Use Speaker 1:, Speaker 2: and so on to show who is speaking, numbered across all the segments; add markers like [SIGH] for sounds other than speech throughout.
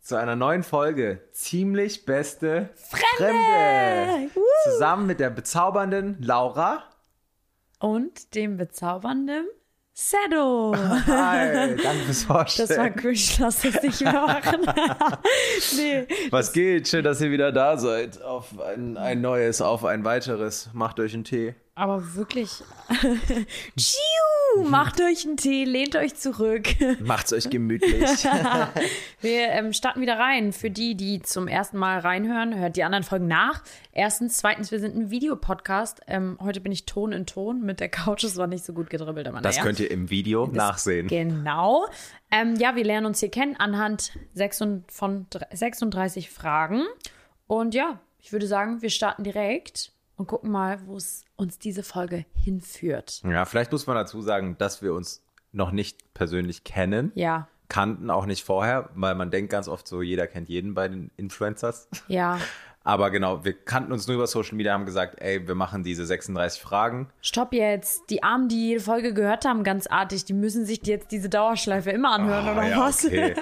Speaker 1: zu einer neuen Folge Ziemlich Beste Fremde. Zusammen mit der bezaubernden Laura.
Speaker 2: Und dem bezaubernden Sedo. [LAUGHS]
Speaker 1: Hi, danke fürs Vorstellen.
Speaker 2: Das war cringe, lass das nicht mehr machen. nee.
Speaker 1: Was geht? Schön, dass ihr wieder da seid. Auf ein, ein neues, auf ein weiteres. Macht euch einen Tee.
Speaker 2: Aber wirklich. Tschiu! Macht euch einen Tee, lehnt euch zurück.
Speaker 1: Macht's euch gemütlich.
Speaker 2: Wir ähm, starten wieder rein. Für die, die zum ersten Mal reinhören, hört die anderen Folgen nach. Erstens, zweitens, wir sind ein Videopodcast. Ähm, heute bin ich Ton in Ton mit der Couch. Es war nicht so gut gedribbelt, aber
Speaker 1: Das
Speaker 2: naja.
Speaker 1: könnt ihr im Video nachsehen.
Speaker 2: Genau. Ähm, ja, wir lernen uns hier kennen anhand 36 von dr- 36 Fragen. Und ja, ich würde sagen, wir starten direkt und gucken mal, wo es uns diese Folge hinführt.
Speaker 1: Ja, vielleicht muss man dazu sagen, dass wir uns noch nicht persönlich kennen,
Speaker 2: Ja,
Speaker 1: kannten auch nicht vorher, weil man denkt ganz oft so, jeder kennt jeden bei den Influencers.
Speaker 2: ja.
Speaker 1: Aber genau, wir kannten uns nur über Social Media, haben gesagt, ey, wir machen diese 36 Fragen.
Speaker 2: Stopp jetzt. Die Armen, die jede Folge gehört haben, ganz artig, die müssen sich jetzt diese Dauerschleife immer anhören
Speaker 1: Ah,
Speaker 2: oder
Speaker 1: ja,
Speaker 2: was?
Speaker 1: okay.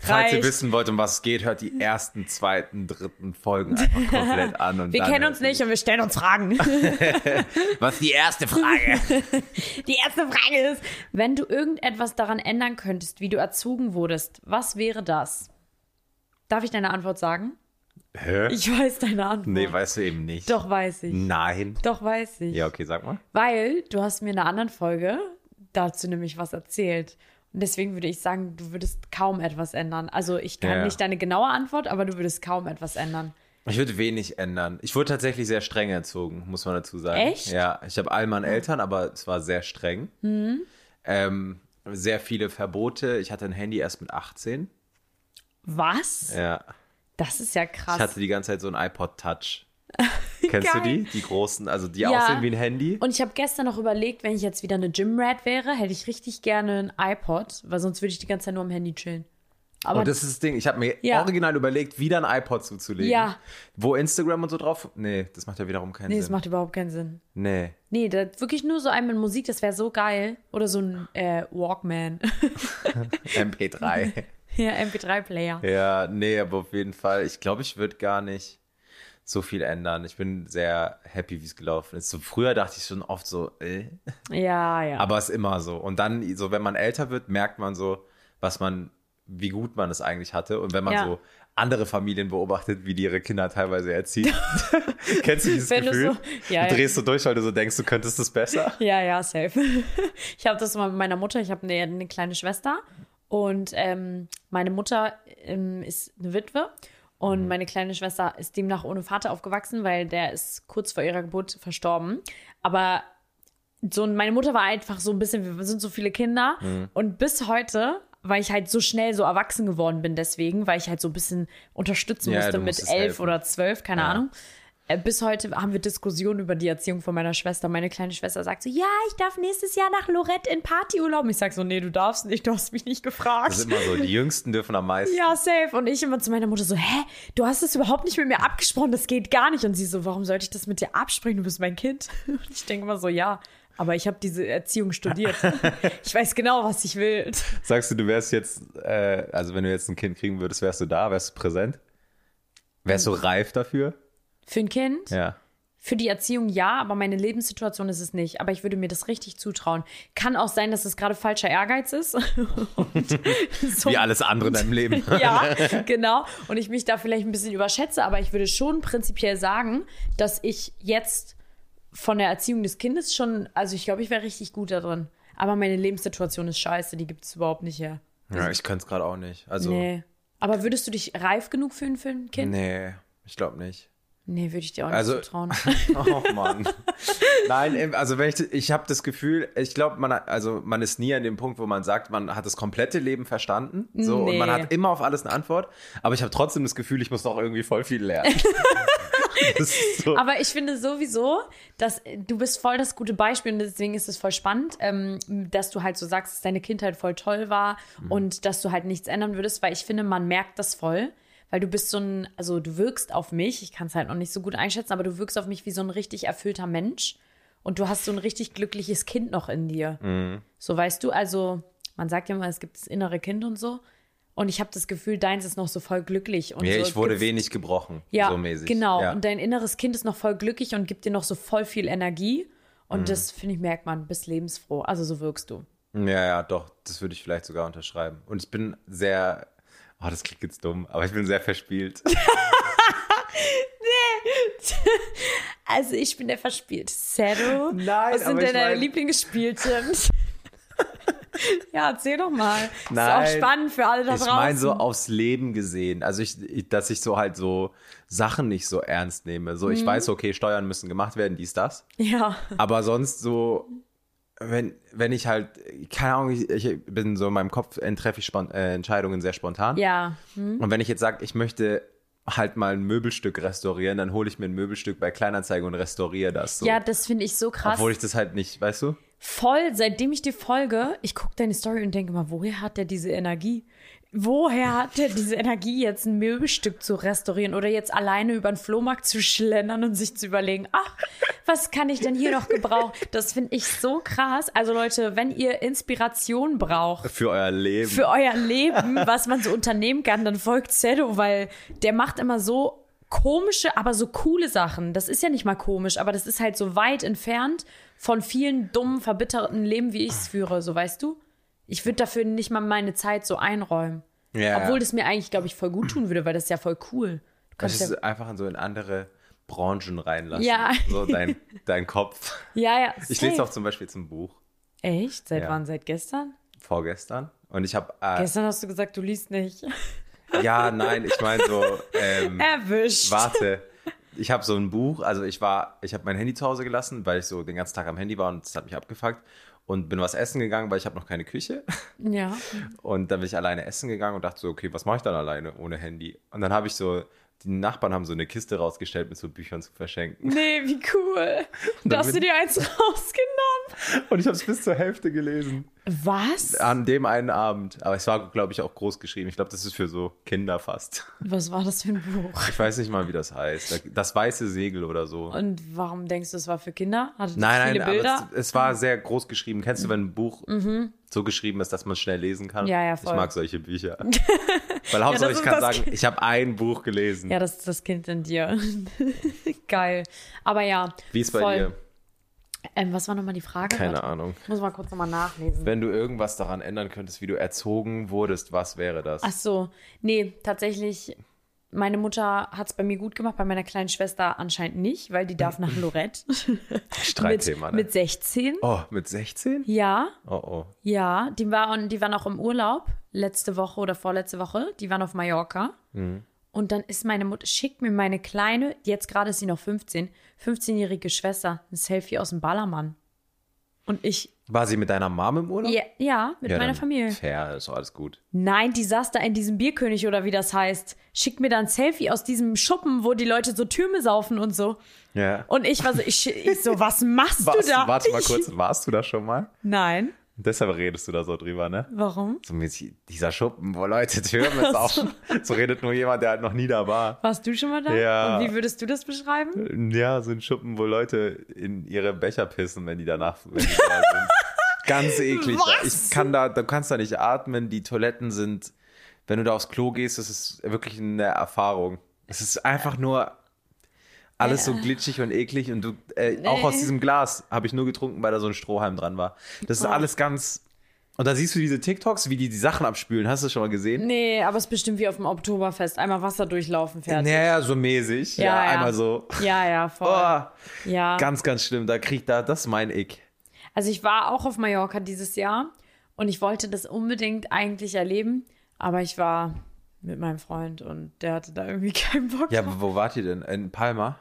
Speaker 1: Falls ihr
Speaker 2: Reicht.
Speaker 1: wissen wollt, um was es geht, hört die ersten, zweiten, dritten
Speaker 2: [LAUGHS]
Speaker 1: Folgen einfach komplett an.
Speaker 2: [LAUGHS]
Speaker 1: Und
Speaker 2: Wir
Speaker 1: dann
Speaker 2: kennen
Speaker 1: hört
Speaker 2: uns
Speaker 1: ihr-
Speaker 2: nicht und wir stellen uns
Speaker 1: [LAUGHS]
Speaker 2: Fragen.
Speaker 1: Was ist die erste
Speaker 2: [LAUGHS]
Speaker 1: Frage?
Speaker 2: Die erste Frage ist, wenn du irgendetwas daran ändern könntest, wie du erzogen wurdest, was wäre das? Darf ich deine Antwort sagen?
Speaker 1: Hä?
Speaker 2: Ich weiß deine Antwort.
Speaker 1: nee, weißt du eben nicht.
Speaker 2: Doch weiß ich.
Speaker 1: Nein.
Speaker 2: Doch weiß ich.
Speaker 1: Ja, okay, sag mal.
Speaker 2: Weil du hast mir in einer anderen Folge dazu nämlich was erzählt. Und deswegen würde ich sagen, du würdest kaum etwas ändern. Also ich kann
Speaker 1: Ja.
Speaker 2: nicht deine genaue Antwort, aber du würdest kaum etwas ändern.
Speaker 1: Ich würde wenig ändern. Ich wurde tatsächlich sehr streng erzogen, muss man dazu sagen.
Speaker 2: Echt?
Speaker 1: Ja, ich habe all meine Eltern, aber es war sehr streng.
Speaker 2: Hm.
Speaker 1: Ähm, sehr viele Verbote. Ich hatte ein Handy erst mit 18.
Speaker 2: Was?
Speaker 1: Ja.
Speaker 2: Das ist ja
Speaker 1: Ich
Speaker 2: krass.
Speaker 1: hatte die ganze Zeit so ein iPod
Speaker 2: [LAUGHS]
Speaker 1: Touch. Kennst du die? Die großen, also die
Speaker 2: Ja.
Speaker 1: aussehen wie ein Handy.
Speaker 2: Und ich habe gestern noch überlegt, wenn ich jetzt wieder eine Gym Rat wäre, hätte ich richtig gerne ein iPod, weil sonst würde ich die ganze Zeit nur am Handy chillen. Aber
Speaker 1: Und Oh, das ist das Ding. Ich habe mir
Speaker 2: Ja.
Speaker 1: original überlegt, wieder ein iPod zuzulegen.
Speaker 2: Ja.
Speaker 1: Wo Instagram und so drauf. Nee, das macht ja wiederum keinen
Speaker 2: nee, das
Speaker 1: Sinn.
Speaker 2: macht überhaupt keinen Sinn.
Speaker 1: nee.
Speaker 2: Nee, da, wirklich nur so einen mit Musik, das wäre so geil. Oder so ein äh, Walkman. [LAUGHS]
Speaker 1: MP3.
Speaker 2: ja, MP3-Player.
Speaker 1: Ja, nee, aber auf jeden Fall. Ich glaube, ich würde gar nicht so viel ändern. Ich bin sehr happy, wie es gelaufen ist. So früher dachte ich schon oft so, äh,
Speaker 2: Ja, ja.
Speaker 1: aber es ist immer so. Und dann, so wenn man älter wird, merkt man so, was man, wie gut man es eigentlich hatte. Und wenn man
Speaker 2: Ja.
Speaker 1: so andere Familien beobachtet, wie die ihre Kinder teilweise
Speaker 2: [LAUGHS]
Speaker 1: erziehen. Kennst du dieses
Speaker 2: Wenn du
Speaker 1: Gefühl?
Speaker 2: so- ja, ja.
Speaker 1: du drehst so durch, weil du so denkst, du könntest es besser.
Speaker 2: [LAUGHS] Ja, ja, safe. Ich habe das mal mit meiner Mutter. Ich habe eine, eine kleine Schwester und ähm, meine Mutter ähm, ist eine Witwe und
Speaker 1: Mhm.
Speaker 2: meine kleine Schwester ist demnach ohne Vater aufgewachsen, weil der ist kurz vor ihrer Geburt verstorben. Aber so, und meine Mutter war einfach so ein bisschen, wir sind so viele Kinder
Speaker 1: Mhm.
Speaker 2: und bis heute weil ich halt so schnell so erwachsen geworden bin deswegen, weil ich halt so ein bisschen unterstützen
Speaker 1: Ja,
Speaker 2: musste
Speaker 1: du
Speaker 2: mit
Speaker 1: musstest
Speaker 2: elf
Speaker 1: helfen.
Speaker 2: oder zwölf, keine
Speaker 1: Ja.
Speaker 2: Ahnung. Äh, Bis heute haben wir Diskussionen über die Erziehung von meiner Schwester. Meine kleine Schwester sagt so, ja, ich darf nächstes Jahr nach Lorette in Partyurlaub. Und Ich sag so, nee, du darfst nicht, du hast mich nicht
Speaker 1: Das ist
Speaker 2: gefragt.
Speaker 1: immer so, die Jüngsten dürfen am meisten.
Speaker 2: Ja, safe. Und ich immer zu meiner Mutter so, hä, du hast es überhaupt nicht mit mir abgesprochen, das geht gar nicht. Und sie so, warum sollte ich das mit dir absprechen, du bist mein Kind? [LAUGHS] Und ich denke immer so, ja, aber ich habe diese Erziehung
Speaker 1: [LAUGHS]
Speaker 2: studiert. Ich weiß genau, was ich will.
Speaker 1: Sagst du, du wärst jetzt, äh, also wenn du jetzt ein Kind kriegen würdest, wärst du da, wärst du präsent? Wärst du reif dafür?
Speaker 2: Für ein Kind?
Speaker 1: Ja.
Speaker 2: Für die Erziehung ja, aber meine Lebenssituation ist es nicht. Aber ich würde mir das richtig zutrauen. Kann auch sein, dass es gerade falscher Ehrgeiz ist. Und so,
Speaker 1: Wie alles andere in deinem Leben.
Speaker 2: [LAUGHS] Ja, genau. Und ich mich da vielleicht ein bisschen überschätze, aber ich würde schon prinzipiell sagen, dass ich jetzt von der Erziehung des Kindes schon, also ich glaube, ich wäre richtig gut da drin. Aber meine Lebenssituation ist scheiße, die gibt es überhaupt nicht her.
Speaker 1: [LAUGHS] [LAUGHS] Ja, ich könnte es gerade auch nicht. Also, nee,
Speaker 2: Nee. Aber würdest du dich reif genug fühlen für ein Kind? Nee,
Speaker 1: ich glaube nicht.
Speaker 2: würde ich dir auch nicht
Speaker 1: Also-
Speaker 2: zutrauen.
Speaker 1: Oh
Speaker 2: [LAUGHS]
Speaker 1: Mann. Nein, im- also wenn ich, ich habe das Gefühl, ich glaube, man, hat- also man ist nie an dem Punkt, wo man sagt, man hat das komplette Leben verstanden. So, Und man
Speaker 2: Nee.
Speaker 1: hat immer auf alles eine Antwort. Aber ich habe trotzdem das Gefühl, ich muss noch irgendwie voll
Speaker 2: [LAUGHS]
Speaker 1: viel lernen. das ist so.
Speaker 2: Aber ich finde sowieso, dass äh, du bist voll das gute Beispiel und deswegen ist es voll spannend, ähm, dass du halt so sagst, dass deine Kindheit voll toll war
Speaker 1: Mhm.
Speaker 2: und dass du halt nichts ändern würdest, weil ich finde, man merkt das voll, weil du bist so ein, also du wirkst auf mich, ich kann es halt noch nicht so gut einschätzen, aber du wirkst auf mich wie so ein richtig erfüllter Mensch und du hast so ein richtig glückliches Kind noch in dir.
Speaker 1: Mhm.
Speaker 2: So weißt du, also man sagt ja immer, es gibt das innere Kind und so. Und ich habe das Gefühl, deins ist noch so voll glücklich. Und
Speaker 1: Nee,
Speaker 2: so
Speaker 1: ich wurde
Speaker 2: gibt's-
Speaker 1: wenig gebrochen.
Speaker 2: ja,
Speaker 1: so mäßig.
Speaker 2: Genau.
Speaker 1: Ja.
Speaker 2: Und dein inneres Kind ist noch voll glücklich und gibt dir noch so voll viel Energie.
Speaker 1: Mhm.
Speaker 2: Und das, finde ich, merkt man, bist lebensfroh. Also so wirkst du.
Speaker 1: Ja, ja, doch, das würde ich vielleicht sogar unterschreiben. Und ich bin sehr, oh, das klingt jetzt dumm, aber ich bin sehr verspielt.
Speaker 2: Also ich bin der verspielt. Sado.
Speaker 1: [LAUGHS] Nein,
Speaker 2: Was sind
Speaker 1: aber ich
Speaker 2: denn deine
Speaker 1: mein-
Speaker 2: Lieblingsspielchen? [LAUGHS] ja, erzähl doch mal. Ist
Speaker 1: Nein.
Speaker 2: auch spannend für alle [LAUGHS] da
Speaker 1: Ich
Speaker 2: draußen.
Speaker 1: meine so aufs Leben gesehen, also ich, ich, dass ich so halt so Sachen nicht so ernst nehme. So, ich weiß, okay, Steuern müssen gemacht werden, dies, das.
Speaker 2: Mhm. ja.
Speaker 1: Aber sonst so, wenn, wenn ich halt, keine Ahnung, ich, ich bin so in meinem Kopf, äh, treffe ich spon äh, Entscheidungen sehr spontan.
Speaker 2: Ja.
Speaker 1: Und wenn ich jetzt sage, ich möchte halt mal ein Möbelstück restaurieren, dann hole ich mir ein Möbelstück bei Kleinanzeigen und restauriere das. So.
Speaker 2: Ja, das finde ich so krass.
Speaker 1: Obwohl ich das halt nicht, weißt du?
Speaker 2: voll, seitdem ich dir folge, ich gucke deine Story und denke mal, woher hat der diese Energie? Woher hat der diese Energie, jetzt ein Möbelstück zu restaurieren oder jetzt alleine über den Flohmarkt zu schlendern und sich zu überlegen, ach, was kann ich denn hier noch gebrauchen? Das finde ich so krass. Also Leute, wenn ihr Inspiration braucht
Speaker 1: Für euer Leben.
Speaker 2: für euer
Speaker 1: [LAUGHS]
Speaker 2: Leben, was man so unternehmen kann, dann folgt Zedo, weil der macht immer so komische, aber so coole Sachen. Das ist ja nicht mal komisch, aber das ist halt so weit entfernt von vielen dummen, verbitterten Leben, wie ich es führe, so weißt du? Ich würde dafür nicht mal meine Zeit so einräumen.
Speaker 1: Ja,
Speaker 2: Obwohl
Speaker 1: ja.
Speaker 2: das mir eigentlich, glaube ich, voll gut tun würde, weil das ist ja voll cool. Du
Speaker 1: das
Speaker 2: kannst ja,
Speaker 1: ist einfach in so in andere Branchen reinlassen.
Speaker 2: Ja.
Speaker 1: So dein, dein Kopf.
Speaker 2: ja, ja.
Speaker 1: Ich lese
Speaker 2: safe.
Speaker 1: auch zum Beispiel zum Buch
Speaker 2: Echt? Seit
Speaker 1: Ja.
Speaker 2: wann? Seit gestern?
Speaker 1: vorgestern. Und ich habe, äh,
Speaker 2: Gestern hast du gesagt, du liest nicht. [LAUGHS]
Speaker 1: ja, nein, ich meine so, ähm,
Speaker 2: Erwischt.
Speaker 1: warte. Ich habe so ein Buch, also ich war, ich habe mein Handy zu Hause gelassen, weil ich so den ganzen Tag am Handy war und es hat mich abgefuckt. Und bin was essen gegangen, weil ich habe noch keine Küche. [LAUGHS]
Speaker 2: Ja.
Speaker 1: Und dann bin ich alleine essen gegangen und dachte so, okay, was mache ich dann alleine ohne Handy? Und dann habe ich so, die Nachbarn haben so eine Kiste rausgestellt mit so Büchern zu verschenken.
Speaker 2: Nee, wie cool. Da hast du
Speaker 1: bin-
Speaker 2: dir eins [LAUGHS] rausgenommen.
Speaker 1: Und ich habe es bis zur Hälfte gelesen.
Speaker 2: Was?
Speaker 1: An dem einen Abend. Aber es war, glaube ich, auch groß geschrieben. Ich glaube, das ist für so Kinder fast.
Speaker 2: Was war das für ein Buch?
Speaker 1: Ich weiß nicht mal, wie das heißt. Das weiße Segel oder so.
Speaker 2: Und warum denkst du, es war für Kinder? Hatte das
Speaker 1: nein,
Speaker 2: viele
Speaker 1: nein,
Speaker 2: Bilder? Mhm.
Speaker 1: aber es, es war sehr groß geschrieben. Kennst du, wenn ein Buch so geschrieben ist, dass man schnell lesen kann?
Speaker 2: Ja, ja, voll.
Speaker 1: Ich mag
Speaker 2: [LAUGHS]
Speaker 1: solche Bücher. Weil
Speaker 2: das
Speaker 1: Hauptsache, ich
Speaker 2: ist
Speaker 1: kann
Speaker 2: das
Speaker 1: sagen, ich habe ein Buch gelesen.
Speaker 2: Ja, das ist das Kind in dir. [LAUGHS] Geil. Aber ja.
Speaker 1: wie ist bei
Speaker 2: voll. Oh
Speaker 1: dir?
Speaker 2: Ähm, was war nochmal die Frage?
Speaker 1: Keine
Speaker 2: Warte,
Speaker 1: Ahnung.
Speaker 2: Ich muss mal kurz nochmal nachlesen.
Speaker 1: Wenn du irgendwas daran ändern könntest, wie du erzogen wurdest, was wäre das?
Speaker 2: Ach so. Nee, tatsächlich, meine Mutter hat es bei mir gut gemacht, bei meiner kleinen Schwester anscheinend nicht, weil die
Speaker 1: [LAUGHS]
Speaker 2: darf nach Lorette.
Speaker 1: Streitthema,
Speaker 2: [LAUGHS] mit,
Speaker 1: ne?
Speaker 2: mit 16.
Speaker 1: oh, mit 16?
Speaker 2: Ja.
Speaker 1: Oh, oh.
Speaker 2: Ja, die waren, die waren auch im Urlaub letzte Woche oder vorletzte Woche. Die waren auf Mallorca.
Speaker 1: Mhm.
Speaker 2: Und dann ist meine Mutter, schickt mir meine kleine, jetzt gerade ist sie noch 15, 15-jährige Schwester, ein Selfie aus dem Ballermann. Und ich,
Speaker 1: War sie mit deiner Mom im Urlaub?
Speaker 2: ja, ja mit
Speaker 1: Oh. Ja,
Speaker 2: meiner
Speaker 1: dann
Speaker 2: Familie.
Speaker 1: Fair, ist alles gut.
Speaker 2: Nein, die saß da in diesem Bierkönig oder wie das heißt. Schickt mir dann ein Selfie aus diesem Schuppen, wo die Leute so Türme saufen und so.
Speaker 1: Ja.
Speaker 2: Und ich war so, ich, ich so, was machst
Speaker 1: warst,
Speaker 2: du da?
Speaker 1: warte
Speaker 2: [LAUGHS]
Speaker 1: mal
Speaker 2: Ich-
Speaker 1: kurz, warst du da schon mal?
Speaker 2: Nein.
Speaker 1: Deshalb redest du da so drüber, ne?
Speaker 2: Warum?
Speaker 1: So mäßig, dieser Schuppen, wo Leute Türme saufen. So redet nur jemand, der halt noch nie da war.
Speaker 2: Warst du schon mal da?
Speaker 1: Ja.
Speaker 2: Und wie würdest du das beschreiben?
Speaker 1: Ja, so ein Schuppen, wo Leute in ihre Becher pissen, wenn die danach wenn die da sind. Ganz eklig.
Speaker 2: Was?
Speaker 1: Ich kann da, du kannst da nicht atmen, die Toiletten sind, wenn du da aufs Klo gehst, das ist wirklich eine Erfahrung. Es ist einfach nur alles so glitschig und eklig und du, äh, auch aus diesem Glas habe ich nur getrunken, weil da so ein Strohhalm dran war. Das ist alles ganz Und da siehst du diese TikToks, wie die die Sachen abspülen. Hast du das schon mal gesehen?
Speaker 2: Nee, aber es ist bestimmt wie auf dem Oktoberfest. Einmal Wasser durchlaufen fertig.
Speaker 1: Naja, so mäßig. Ja, einmal so.
Speaker 2: Ja, ja, voll.
Speaker 1: Oh,
Speaker 2: ja.
Speaker 1: Ganz, ganz schlimm. Da kriegt da, das ist mein Ick.
Speaker 2: Also ich war auch auf Mallorca dieses Jahr und ich wollte das unbedingt eigentlich erleben, aber ich war mit meinem Freund und der hatte da irgendwie [LAUGHS] keinen Bock.
Speaker 1: Ja,
Speaker 2: drauf.
Speaker 1: aber wo wart ihr denn? In Palma?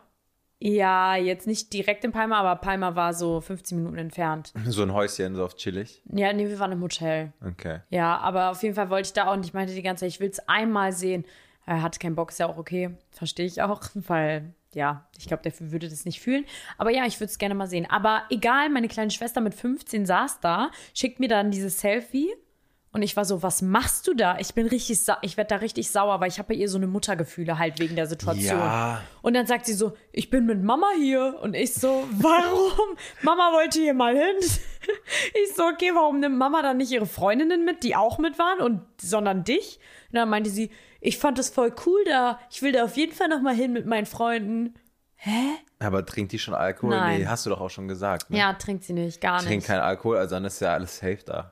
Speaker 2: ja jetzt nicht direkt in Palma, aber Palma war so 15 Minuten entfernt.
Speaker 1: So ein Häuschen, so auf chillig.
Speaker 2: Ja, nee, wir waren im Hotel.
Speaker 1: Okay.
Speaker 2: Ja, aber auf jeden Fall wollte ich da auch und ich meinte die ganze Zeit, ich will es einmal sehen. Er hatte keinen Bock, ist ja auch okay. Verstehe ich auch, [LAUGHS] weil ja, ich glaube, der würde das nicht fühlen. Aber ja, ich würde es gerne mal sehen. Aber egal, meine kleine Schwester mit 15 saß da, schickt mir dann dieses Selfie und ich war so, was machst du da? Ich bin richtig, sa ich werde da richtig sauer, weil ich habe bei ihr so eine Muttergefühle halt wegen der Situation.
Speaker 1: Ja.
Speaker 2: Und dann sagt sie so, ich bin mit Mama hier. Und ich so, warum? [LAUGHS] Mama wollte hier mal hin. [LAUGHS] Ich so, okay, warum nimmt Mama dann nicht ihre Freundinnen mit, die auch mit waren, und, sondern dich? Und dann meinte sie, ich fand das voll cool da. Ich will da auf jeden Fall nochmal hin mit meinen Freunden.
Speaker 1: Aber trinkt die schon Alkohol?
Speaker 2: Nein.
Speaker 1: Nee, hast du doch auch schon gesagt. Ne?
Speaker 2: Ja, trinkt sie nicht, gar nicht.
Speaker 1: Trinkt keinen Alkohol, also dann ist ja alles safe da.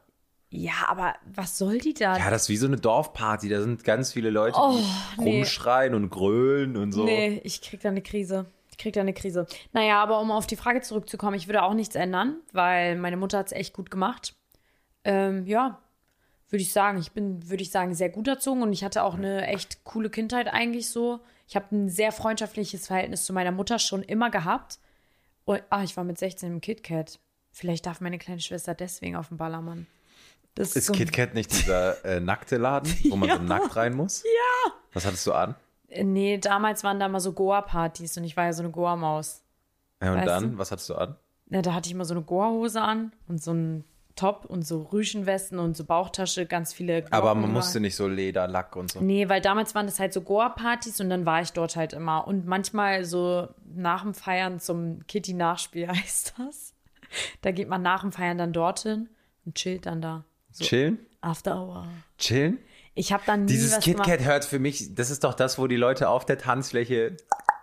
Speaker 2: Ja, aber was soll die da?
Speaker 1: Ja, das ist wie so eine Dorfparty. Da sind ganz viele Leute, die
Speaker 2: Oh, nee.
Speaker 1: rumschreien und grölen und so.
Speaker 2: Nee, ich krieg da eine Krise. Ich krieg da eine Krise. Naja, aber um auf die Frage zurückzukommen, ich würde auch nichts ändern, weil meine Mutter hat es echt gut gemacht. Ähm, ja, würde ich sagen. Ich bin, würde ich sagen, sehr gut erzogen und ich hatte auch eine echt coole Kindheit eigentlich so. Ich habe ein sehr freundschaftliches Verhältnis zu meiner Mutter schon immer gehabt. Und, ah, ich war mit 16 im KitKat. Vielleicht darf meine kleine Schwester deswegen auf den Ballermann. Das
Speaker 1: Ist
Speaker 2: so-
Speaker 1: KitKat nicht dieser äh,
Speaker 2: [LAUGHS]
Speaker 1: nackte Laden, wo man so nackt rein muss? Ja. Was hattest du an?
Speaker 2: Äh, Nee, damals waren da mal so Goa-Partys und ich war ja so eine Goa-Maus.
Speaker 1: Ja, und
Speaker 2: Weißt
Speaker 1: dann,
Speaker 2: du?
Speaker 1: was hattest du an?
Speaker 2: Na, Ne, da hatte ich immer so eine Goa-Hose an und so einen Top und so Rüschenwesten und so Bauchtasche, ganz viele. Glocken
Speaker 1: Aber man
Speaker 2: überall.
Speaker 1: musste nicht so Leder, Lack und so.
Speaker 2: Nee, weil damals waren das halt so Goa-Partys und dann war ich dort halt immer. Und manchmal so nach dem Feiern zum Kitty-Nachspiel [LAUGHS] heißt das. Da geht man nach dem Feiern dann dorthin und chillt dann da. So
Speaker 1: Chillen?
Speaker 2: After Hour.
Speaker 1: Chillen?
Speaker 2: Ich habe dann nie
Speaker 1: Dieses
Speaker 2: was gemacht.
Speaker 1: KitKat hört für mich, das ist doch das, wo die Leute auf der Tanzfläche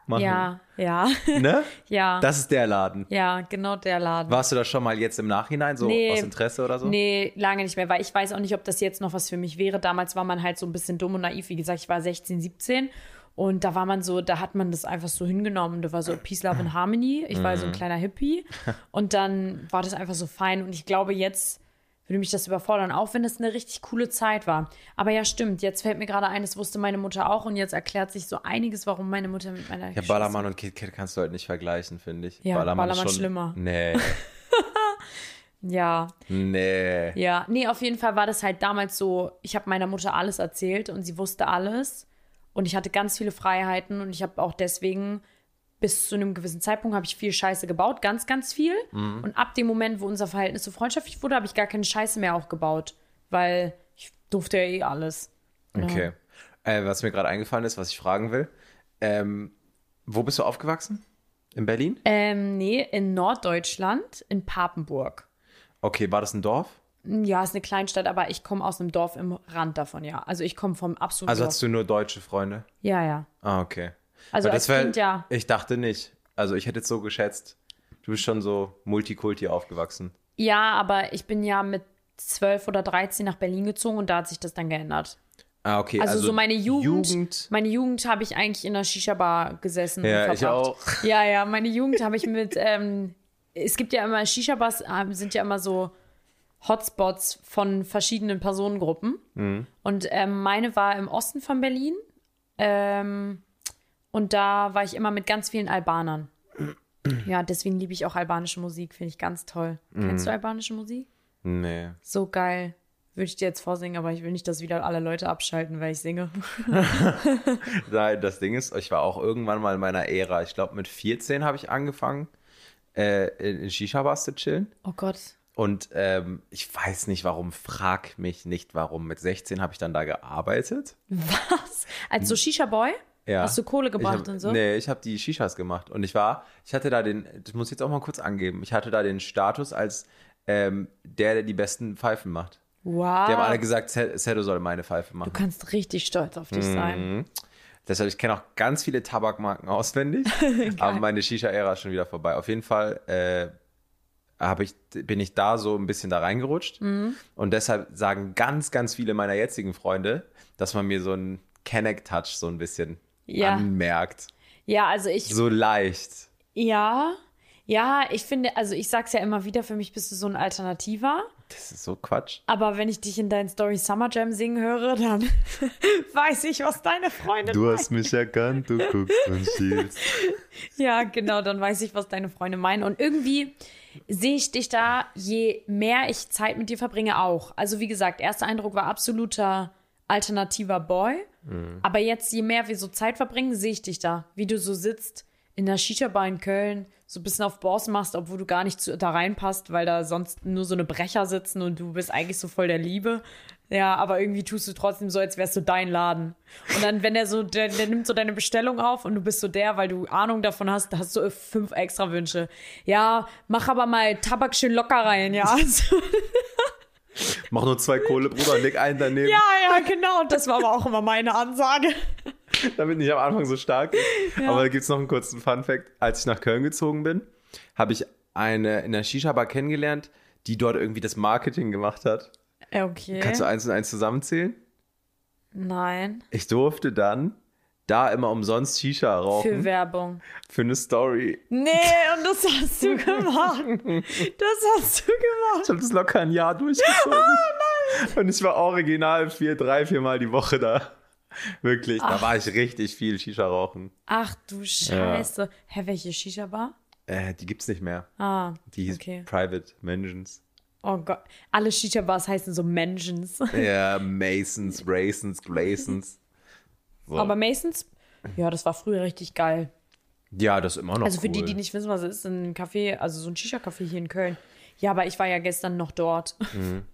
Speaker 1: machen.
Speaker 2: Ja, ja,
Speaker 1: Ne?
Speaker 2: ja.
Speaker 1: Das ist der Laden.
Speaker 2: [LAUGHS] ja, genau der Laden.
Speaker 1: Warst du da schon mal jetzt im Nachhinein, so
Speaker 2: Nee.
Speaker 1: aus Interesse oder so?
Speaker 2: Nee, lange nicht mehr, weil ich weiß auch nicht, ob das jetzt noch was für mich wäre. Damals war man halt so ein bisschen dumm und naiv. Wie gesagt, ich war 16, 17 und da war man so, da hat man das einfach so hingenommen. Da war so Peace, Love and Harmony. Ich war so
Speaker 1: Mhm.
Speaker 2: ein kleiner
Speaker 1: [LAUGHS]
Speaker 2: Hippie und dann war das einfach so fein und ich glaube, jetzt würde mich das überfordern, auch wenn das eine richtig coole Zeit war. Aber ja, stimmt, jetzt fällt mir gerade ein, das wusste meine Mutter auch und jetzt erklärt sich so einiges, warum meine Mutter mit meiner
Speaker 1: Ja,
Speaker 2: Schwester-
Speaker 1: Ballermann und KitKat kannst du halt nicht vergleichen, finde ich.
Speaker 2: Ja, Ballermann
Speaker 1: ist schon,
Speaker 2: schlimmer. [LAUGHS]
Speaker 1: Nee,
Speaker 2: Ja,
Speaker 1: nee.
Speaker 2: Ja, nee, auf jeden Fall war das halt damals so, ich habe meiner Mutter alles erzählt und sie wusste alles und ich hatte ganz viele Freiheiten und ich habe auch deswegen bis zu einem gewissen Zeitpunkt habe ich viel Scheiße gebaut, ganz ganz viel und ab dem Moment, wo unser Verhältnis so freundschaftlich wurde, habe ich gar keine Scheiße mehr auch gebaut, weil ich durfte ja eh alles.
Speaker 1: Okay. Äh, was mir gerade eingefallen ist, was ich fragen will. Ähm, wo bist du aufgewachsen? In Berlin?
Speaker 2: Ähm, nee, in Norddeutschland, in Papenburg. Hm,
Speaker 1: Okay, war das ein Dorf?
Speaker 2: Ja, ist eine Kleinstadt, aber ich komme aus einem Dorf im Rand davon, ja. Also ich komme vom absoluten
Speaker 1: Also
Speaker 2: Dorf.
Speaker 1: hattest du nur deutsche Freunde?
Speaker 2: ja, ja.
Speaker 1: Ah, okay.
Speaker 2: Also
Speaker 1: Weil
Speaker 2: als
Speaker 1: wär-
Speaker 2: Kind ja.
Speaker 1: Ich dachte nicht. Also ich hätte jetzt so geschätzt, du bist schon so Multikulti aufgewachsen.
Speaker 2: Ja, aber ich bin ja mit 12 oder 13 nach Berlin gezogen und da hat sich das dann geändert.
Speaker 1: Ah, okay.
Speaker 2: Also, so meine Jugend,
Speaker 1: Jugend
Speaker 2: meine Jugend habe ich eigentlich in einer Shisha-Bar gesessen.
Speaker 1: Ja,
Speaker 2: und
Speaker 1: ich
Speaker 2: verbracht.
Speaker 1: auch.
Speaker 2: Ja, ja, meine Jugend habe ich mit, ähm, es gibt ja immer, Shisha-Bars äh, sind ja immer so Hotspots von verschiedenen Personengruppen.
Speaker 1: Mhm.
Speaker 2: Und ähm, meine war im Osten von Berlin ähm, und da war ich immer mit ganz vielen Albanern. Ja, deswegen liebe ich auch albanische Musik, finde ich ganz toll.
Speaker 1: Mhm.
Speaker 2: Kennst du albanische Musik?
Speaker 1: nee.
Speaker 2: So geil. Würde ich dir jetzt vorsingen, aber ich will nicht, dass wieder alle Leute abschalten, weil ich singe.
Speaker 1: Nein, das Ding ist, ich war auch irgendwann mal in meiner Ära. Ich glaube, mit 14 habe ich angefangen, äh, in, in Shisha-Bars zu chillen.
Speaker 2: Oh Gott.
Speaker 1: Und ähm, ich weiß nicht warum, frag mich nicht warum. Mit 16 habe ich dann da gearbeitet.
Speaker 2: Was? Als so Shisha-Boy?
Speaker 1: Ja.
Speaker 2: Hast du Kohle
Speaker 1: Ich
Speaker 2: gebracht
Speaker 1: hab,
Speaker 2: und so?
Speaker 1: Nee, ich habe die Shishas gemacht. Und ich war, ich hatte da den, das muss ich jetzt auch mal kurz angeben, ich hatte da den Status als ähm, der, der die besten Pfeifen macht.
Speaker 2: Wow.
Speaker 1: Die haben alle gesagt, Se- Sedo soll meine Pfeife machen.
Speaker 2: du kannst richtig stolz auf
Speaker 1: Mm.
Speaker 2: dich sein.
Speaker 1: Deshalb, Mhm. ich kenne auch ganz
Speaker 2: [LAUGHS]
Speaker 1: viele Tabakmarken auswendig, aber meine Shisha-Ära ist schon wieder vorbei. Auf jeden Fall äh, habe ich, bin ich da so ein bisschen da reingerutscht.
Speaker 2: Mhm.
Speaker 1: Und deshalb sagen ganz, ganz viele meiner jetzigen Freunde, dass man mir so einen Connect-Touch so ein bisschen
Speaker 2: Ja.
Speaker 1: anmerkt.
Speaker 2: Ja, also ich,
Speaker 1: So leicht.
Speaker 2: ja, ja, ich finde, also ich sag's ja immer wieder, für mich bist du so ein Alternativer.
Speaker 1: Das ist so Quatsch.
Speaker 2: Aber wenn ich dich in deinen Story Summer Jam singen höre, dann [LAUGHS] weiß ich, was deine Freundin
Speaker 1: Du hast mich erkannt, du guckst und schielst.
Speaker 2: Ja, genau, dann weiß ich, was deine Freunde meinen. Und irgendwie sehe ich dich da, je mehr ich Zeit mit dir verbringe, auch. Also, wie gesagt, erster Eindruck war absoluter alternativer Boy. Aber jetzt, je mehr wir so Zeit verbringen, sehe ich dich da, wie du so sitzt in der Shisha-Bar in Köln, so ein bisschen auf Boss machst, obwohl du gar nicht zu, da reinpasst, weil da sonst nur so eine Brecher sitzen und du bist eigentlich so voll der Liebe. Ja, aber irgendwie tust du trotzdem so, als wärst du dein Laden. Und dann, wenn er so, der, der nimmt so deine Bestellung auf und du bist so der, weil du Ahnung davon hast, da hast du fünf extra Wünsche. Ja, mach aber mal Tabak schön locker rein, ja. [LAUGHS] So,
Speaker 1: Mach nur zwei Kohle, Bruder, leg einen daneben,
Speaker 2: ja, ja, genau. Und das war aber auch immer meine Ansage.
Speaker 1: damit nicht am Anfang
Speaker 2: [LAUGHS]
Speaker 1: so stark ist. Aber da gibt es noch einen kurzen Fun-Fact. Als ich nach Köln gezogen bin, habe ich eine in der Shisha-Bar kennengelernt, die dort irgendwie das Marketing gemacht hat.
Speaker 2: Okay.
Speaker 1: Kannst du eins und eins zusammenzählen?
Speaker 2: Nein.
Speaker 1: Ich durfte dann da immer umsonst Shisha rauchen
Speaker 2: Für Werbung.
Speaker 1: für eine Story.
Speaker 2: Nee, und das hast du gemacht. [LAUGHS] Das hast du gemacht.
Speaker 1: Ich habe das locker ein
Speaker 2: [LAUGHS]
Speaker 1: Jahr
Speaker 2: Oh
Speaker 1: durchgezogen. Und ich war original vier, drei, viermal die Woche da. Wirklich, da war ich richtig viel Shisha rauchen.
Speaker 2: Ach du Scheiße. Hä, welche Shisha-Bar?
Speaker 1: Äh, die gibt's nicht mehr.
Speaker 2: Ah,
Speaker 1: Die hieß
Speaker 2: okay.
Speaker 1: Private Mansions.
Speaker 2: Oh Gott. Alle Shisha-Bars heißen so Mansions. [LAUGHS]
Speaker 1: Ja, Masons, Raisons, Glazons. So.
Speaker 2: Aber Masons, ja, das war früher richtig geil.
Speaker 1: ja, das ist immer noch
Speaker 2: Also für
Speaker 1: cool.
Speaker 2: die, die nicht wissen, was es ist, ein Café, also so ein Shisha-Café hier in Köln. Ja, aber ich war ja gestern noch dort.
Speaker 1: Mhm.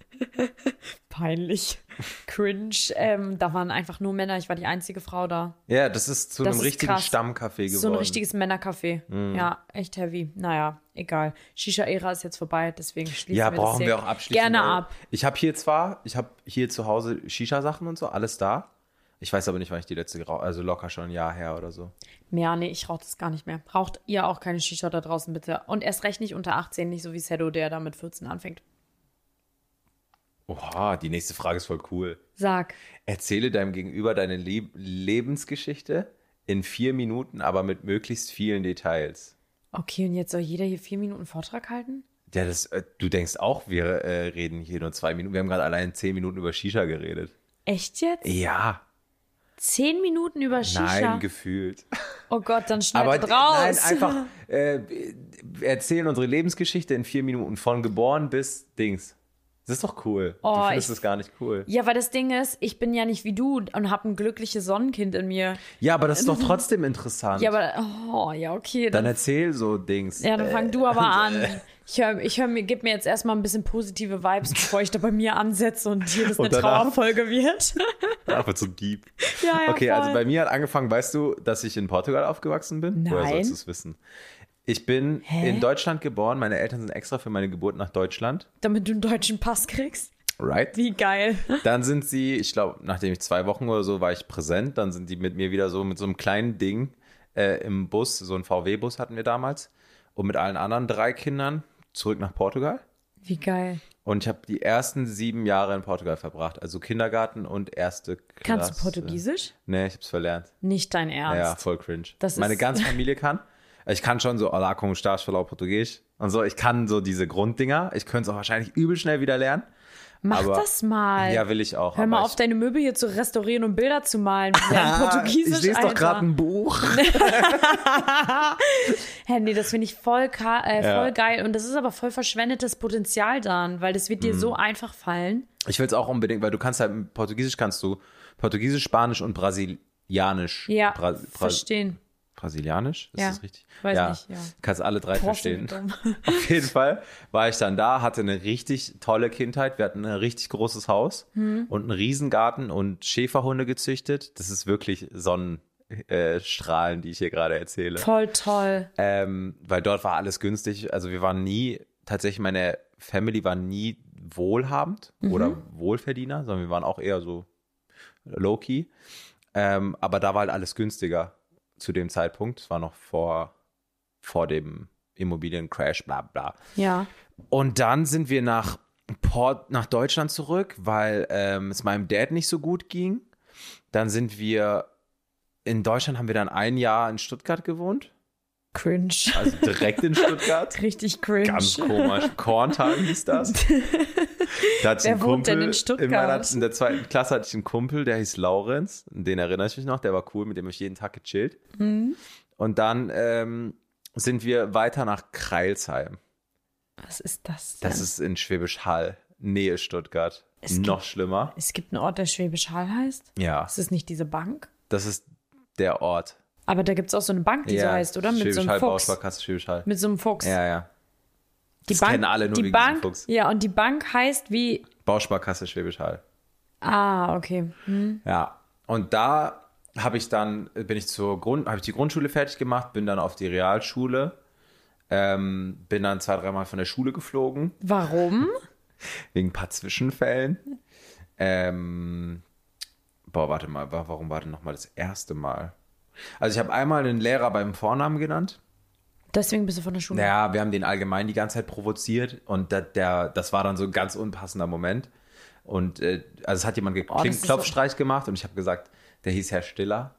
Speaker 2: [LAUGHS] Peinlich. Cringe. Ähm, da waren einfach nur Männer. Ich war die einzige Frau da.
Speaker 1: ja, das ist zu
Speaker 2: Das
Speaker 1: einem
Speaker 2: ist
Speaker 1: richtigen
Speaker 2: krass.
Speaker 1: Stammcafé geworden. Mhm.
Speaker 2: So ein richtiges Männercafé. Ja, echt heavy. Naja, egal. Shisha-Ära ist jetzt vorbei, deswegen schließen
Speaker 1: ja,
Speaker 2: wir das
Speaker 1: brauchen
Speaker 2: hier
Speaker 1: wir auch abschließend.
Speaker 2: Gerne
Speaker 1: weil
Speaker 2: ab.
Speaker 1: Ich habe hier zwar, ich habe hier zu Hause Shisha-Sachen und so, alles da. Ich weiß aber nicht, wann ich die letzte geraucht also locker schon ein Jahr her oder so.
Speaker 2: Ja, nee, ich rauche das gar nicht mehr. Raucht ihr auch keine Shisha da draußen, bitte. Und erst recht nicht unter 18, nicht so wie Sedo, der da mit 14 anfängt.
Speaker 1: Oha, die nächste Frage ist voll cool.
Speaker 2: Sag.
Speaker 1: Erzähle deinem Gegenüber deine Le Lebensgeschichte in vier Minuten, aber mit möglichst vielen Details.
Speaker 2: Okay, und jetzt soll jeder hier vier Minuten Vortrag halten?
Speaker 1: Ja, das, äh, du denkst auch, wir äh, reden hier nur zwei Minuten. Wir haben gerade allein zehn Minuten über Shisha geredet.
Speaker 2: Echt jetzt?
Speaker 1: Ja,
Speaker 2: Zehn Minuten über Shisha?
Speaker 1: nein, gefühlt.
Speaker 2: oh Gott, dann
Speaker 1: [LAUGHS] Aber
Speaker 2: schneid
Speaker 1: d-
Speaker 2: raus.
Speaker 1: nein,
Speaker 2: [LAUGHS]
Speaker 1: einfach äh, wir erzählen unsere Lebensgeschichte in vier Minuten von geboren bis Dings. Das ist doch cool.
Speaker 2: Oh,
Speaker 1: du findest
Speaker 2: ich-
Speaker 1: es gar nicht cool.
Speaker 2: Ja, weil das Ding ist, ich bin ja nicht wie du und habe ein glückliches Sonnenkind in mir.
Speaker 1: Ja, aber das ist doch trotzdem interessant.
Speaker 2: Ja, aber, oh, ja, okay.
Speaker 1: dann
Speaker 2: Dann,
Speaker 1: erzähl so Dings.
Speaker 2: ja, dann fang du aber
Speaker 1: äh,
Speaker 2: an. Ich höre ich hör mir, gib mir jetzt erstmal ein bisschen positive Vibes, bevor ich da bei mir ansetze und hier das
Speaker 1: [LAUGHS] Und
Speaker 2: eine
Speaker 1: danach-
Speaker 2: Trauerfolge wird. [LAUGHS]
Speaker 1: [LAUGHS] Aber zum Dieb.
Speaker 2: ja, ja,
Speaker 1: okay,
Speaker 2: voll.
Speaker 1: also bei mir hat angefangen, weißt du, dass ich in Portugal aufgewachsen bin? Woher
Speaker 2: Nein.
Speaker 1: sollst du es wissen? Ich bin
Speaker 2: Hä?
Speaker 1: in Deutschland geboren. Meine Eltern sind extra für meine Geburt nach Deutschland.
Speaker 2: Damit du einen deutschen Pass kriegst.
Speaker 1: Right?
Speaker 2: Wie geil.
Speaker 1: Dann sind sie, ich glaube, nachdem ich zwei Wochen oder so war ich präsent, dann sind die mit mir wieder so mit so einem kleinen Ding äh, im Bus, so ein VW-Bus hatten wir damals, und mit allen anderen drei Kindern zurück nach Portugal.
Speaker 2: Wie geil.
Speaker 1: Und ich habe die ersten sieben Jahre in Portugal verbracht, also Kindergarten und erste Klasse.
Speaker 2: Kannst du Portugiesisch?
Speaker 1: Nee, ich hab's verlernt.
Speaker 2: Nicht dein
Speaker 1: äh, Ja,
Speaker 2: Ernst.
Speaker 1: voll cringe.
Speaker 2: Das
Speaker 1: Meine
Speaker 2: ist- [LAUGHS]
Speaker 1: ganze Familie kann. Ich kann schon so oh, Olá, como estás, falar Portugiesisch und so. Ich kann so diese Grunddinger. Ich könnte es auch wahrscheinlich übel schnell wieder lernen.
Speaker 2: Mach
Speaker 1: aber-
Speaker 2: das mal.
Speaker 1: Ja, will ich auch.
Speaker 2: Hör mal
Speaker 1: aber
Speaker 2: auf, deine Möbel hier zu restaurieren und Bilder zu malen.
Speaker 1: [LAUGHS]
Speaker 2: Lern
Speaker 1: ich,
Speaker 2: Portugiesisch,
Speaker 1: Ich lese
Speaker 2: Alter.
Speaker 1: doch gerade
Speaker 2: [LAUGHS]
Speaker 1: ein Buch.
Speaker 2: Hä, nee, das finde ich voll, ka- äh,
Speaker 1: Ja.
Speaker 2: voll geil. Und das ist aber voll verschwendetes Potenzial dann, weil das wird dir
Speaker 1: Hm.
Speaker 2: so einfach fallen.
Speaker 1: Ich will es auch unbedingt, weil du kannst halt Portugiesisch kannst du Portugiesisch, Spanisch und Brasilianisch.
Speaker 2: Ja,
Speaker 1: Bra Bra
Speaker 2: verstehen.
Speaker 1: Brasilianisch? Ist
Speaker 2: Ja,
Speaker 1: das richtig?
Speaker 2: weiß nicht, ja.
Speaker 1: Kannst alle drei
Speaker 2: Boah,
Speaker 1: verstehen.
Speaker 2: sind wir dumm.
Speaker 1: [LAUGHS] Auf jeden Fall war ich dann da, hatte eine richtig tolle Kindheit. Wir hatten ein richtig großes Haus und einen Riesengarten und Schäferhunde gezüchtet. Das ist wirklich Sonnenstrahlen, die ich hier gerade erzähle.
Speaker 2: Voll toll.
Speaker 1: Ähm, weil dort war alles günstig. Also wir waren nie, tatsächlich meine Family war nie wohlhabend oder Wohlverdiener, sondern wir waren auch eher so low-key. Ähm, aber da war halt alles günstiger zu dem Zeitpunkt. Es war noch vor, vor dem Immobiliencrash, bla bla.
Speaker 2: Ja.
Speaker 1: Und dann sind wir nach Port, nach Deutschland zurück, weil ähm, es meinem Dad nicht so gut ging. Dann sind wir in Deutschland haben wir dann ein Jahr in Stuttgart gewohnt,
Speaker 2: Cringe.
Speaker 1: also direkt in Stuttgart.
Speaker 2: [LAUGHS] Richtig cringe.
Speaker 1: Ganz komisch. Korntal
Speaker 2: [LAUGHS]
Speaker 1: hieß das. Da hatte ich
Speaker 2: Wer
Speaker 1: einen
Speaker 2: wohnt denn
Speaker 1: Kumpel
Speaker 2: in Stuttgart?
Speaker 1: In, meiner, in der zweiten Klasse hatte ich einen Kumpel, der hieß Laurenz. Den erinnere ich mich noch. Der war cool, mit dem habe ich jeden Tag gechillt.
Speaker 2: Mhm.
Speaker 1: Und dann ähm, sind wir weiter nach Kreilsheim.
Speaker 2: Was ist das? Denn?
Speaker 1: Das ist in Schwäbisch Hall, Nähe Stuttgart.
Speaker 2: Es
Speaker 1: noch schlimmer.
Speaker 2: es gibt einen Ort, der Schwäbisch Hall heißt.
Speaker 1: Ja,
Speaker 2: Ist es nicht diese Bank?
Speaker 1: das ist der Ort.
Speaker 2: Aber da gibt es auch so eine Bank, die
Speaker 1: ja,
Speaker 2: so heißt, oder? Mit
Speaker 1: Schwäbisch
Speaker 2: so einem
Speaker 1: Hall,
Speaker 2: Fuchs.
Speaker 1: Bausparkasse Schwäbisch Hall.
Speaker 2: Mit so einem Fuchs.
Speaker 1: Ja, ja.
Speaker 2: die
Speaker 1: das kennen alle nur
Speaker 2: die
Speaker 1: wegen diesem
Speaker 2: Bank,
Speaker 1: Fuchs.
Speaker 2: Ja, und die Bank heißt wie.
Speaker 1: Bausparkasse Schwäbisch Hall.
Speaker 2: Ah, okay. Hm.
Speaker 1: Ja, und da habe ich dann, bin ich zur Grund, habe ich die Grundschule fertig gemacht, bin dann auf die Realschule, ähm, bin dann zwei, dreimal von der Schule geflogen,
Speaker 2: Warum?
Speaker 1: wegen ein paar Zwischenfällen. Ähm, boah, warte mal, wa- warum war denn nochmal das erste Mal? Also ich habe einmal einen Lehrer beim Vornamen genannt.
Speaker 2: Deswegen bist du von der Schule.
Speaker 1: Naja, wir haben den allgemein die ganze Zeit provoziert und da, der, das war dann so ein ganz unpassender Moment. Und äh, also es hat jemand
Speaker 2: Oh, das
Speaker 1: geklingt,
Speaker 2: ist so-
Speaker 1: Klopfstreich gemacht und ich habe gesagt, der hieß Herr Stiller.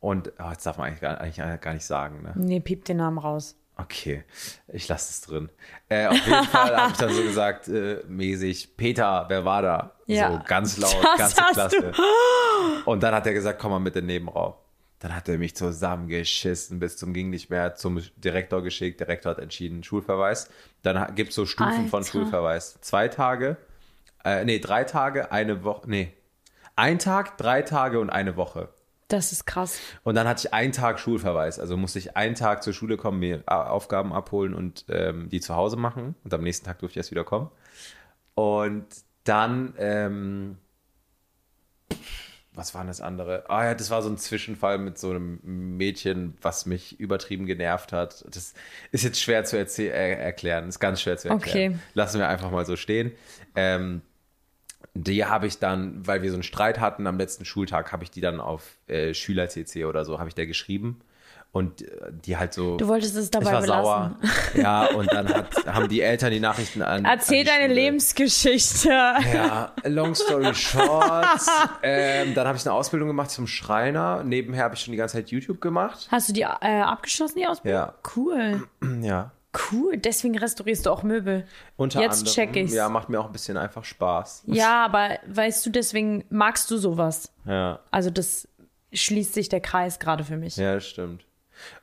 Speaker 1: Und oh, jetzt darf man eigentlich gar, eigentlich gar nicht sagen, ne?
Speaker 2: Nee, piep den Namen raus.
Speaker 1: Okay, ich lasse es drin. Äh, auf
Speaker 2: [LAUGHS]
Speaker 1: jeden Fall habe ich dann so gesagt, äh, mäßig, Peter, wer war da?
Speaker 2: Ja.
Speaker 1: So ganz laut,
Speaker 2: Das
Speaker 1: ganze
Speaker 2: hast
Speaker 1: Klasse. Und dann hat er gesagt, komm mal mit in den Nebenraum. Dann hat er mich zusammengeschissen bis zum ging nicht mehr, zum Direktor geschickt. Direktor hat entschieden, Schulverweis. Dann gibt es so Stufen von
Speaker 2: Alter.
Speaker 1: Schulverweis. Zwei Tage, äh, nee, drei Tage, eine Woche, nee. Ein Tag, drei Tage und eine Woche.
Speaker 2: Das ist krass.
Speaker 1: Und dann hatte ich einen Tag Schulverweis. Also musste ich einen Tag zur Schule kommen, mir A- Aufgaben abholen und ähm, die zu Hause machen. Und am nächsten Tag durfte ich erst wieder kommen. Und dann, ähm, was war denn das andere? Ah ja, das war so ein Zwischenfall mit so einem Mädchen, was mich übertrieben genervt hat. Das ist jetzt schwer zu erzäh- er erklären. Ist ganz schwer zu erklären.
Speaker 2: Okay.
Speaker 1: Lassen wir einfach mal so stehen. Ähm, die habe ich dann, weil wir so einen Streit hatten am letzten Schultag, habe ich die dann auf äh, Schüler-CC oder so, habe ich der geschrieben. Und äh, die halt so.
Speaker 2: Du wolltest es dabei
Speaker 1: ich war
Speaker 2: belassen.
Speaker 1: sauer. [LAUGHS] Ja, und dann hat, haben die Eltern die Nachrichten an.
Speaker 2: Erzähl
Speaker 1: an die
Speaker 2: deine
Speaker 1: Schule.
Speaker 2: Lebensgeschichte.
Speaker 1: [LAUGHS] Ja,
Speaker 2: [LAUGHS]
Speaker 1: long story short. ähm, dann habe ich eine Ausbildung gemacht zum Schreiner. Nebenher habe ich schon die ganze Zeit YouTube gemacht. [CLEARS THROAT]
Speaker 2: Hast du die äh, abgeschlossen, die Ausbildung?
Speaker 1: Ja.
Speaker 2: Cool.
Speaker 1: Ja.
Speaker 2: Cool. Deswegen restaurierst du auch Möbel.
Speaker 1: Unter
Speaker 2: Jetzt
Speaker 1: anderem,
Speaker 2: check ich's.
Speaker 1: Ja, macht mir auch ein bisschen einfach Spaß.
Speaker 2: Ja, aber weißt du, deswegen magst du sowas.
Speaker 1: Ja.
Speaker 2: Also das schließt sich der Kreis gerade für mich.
Speaker 1: Ja, das stimmt.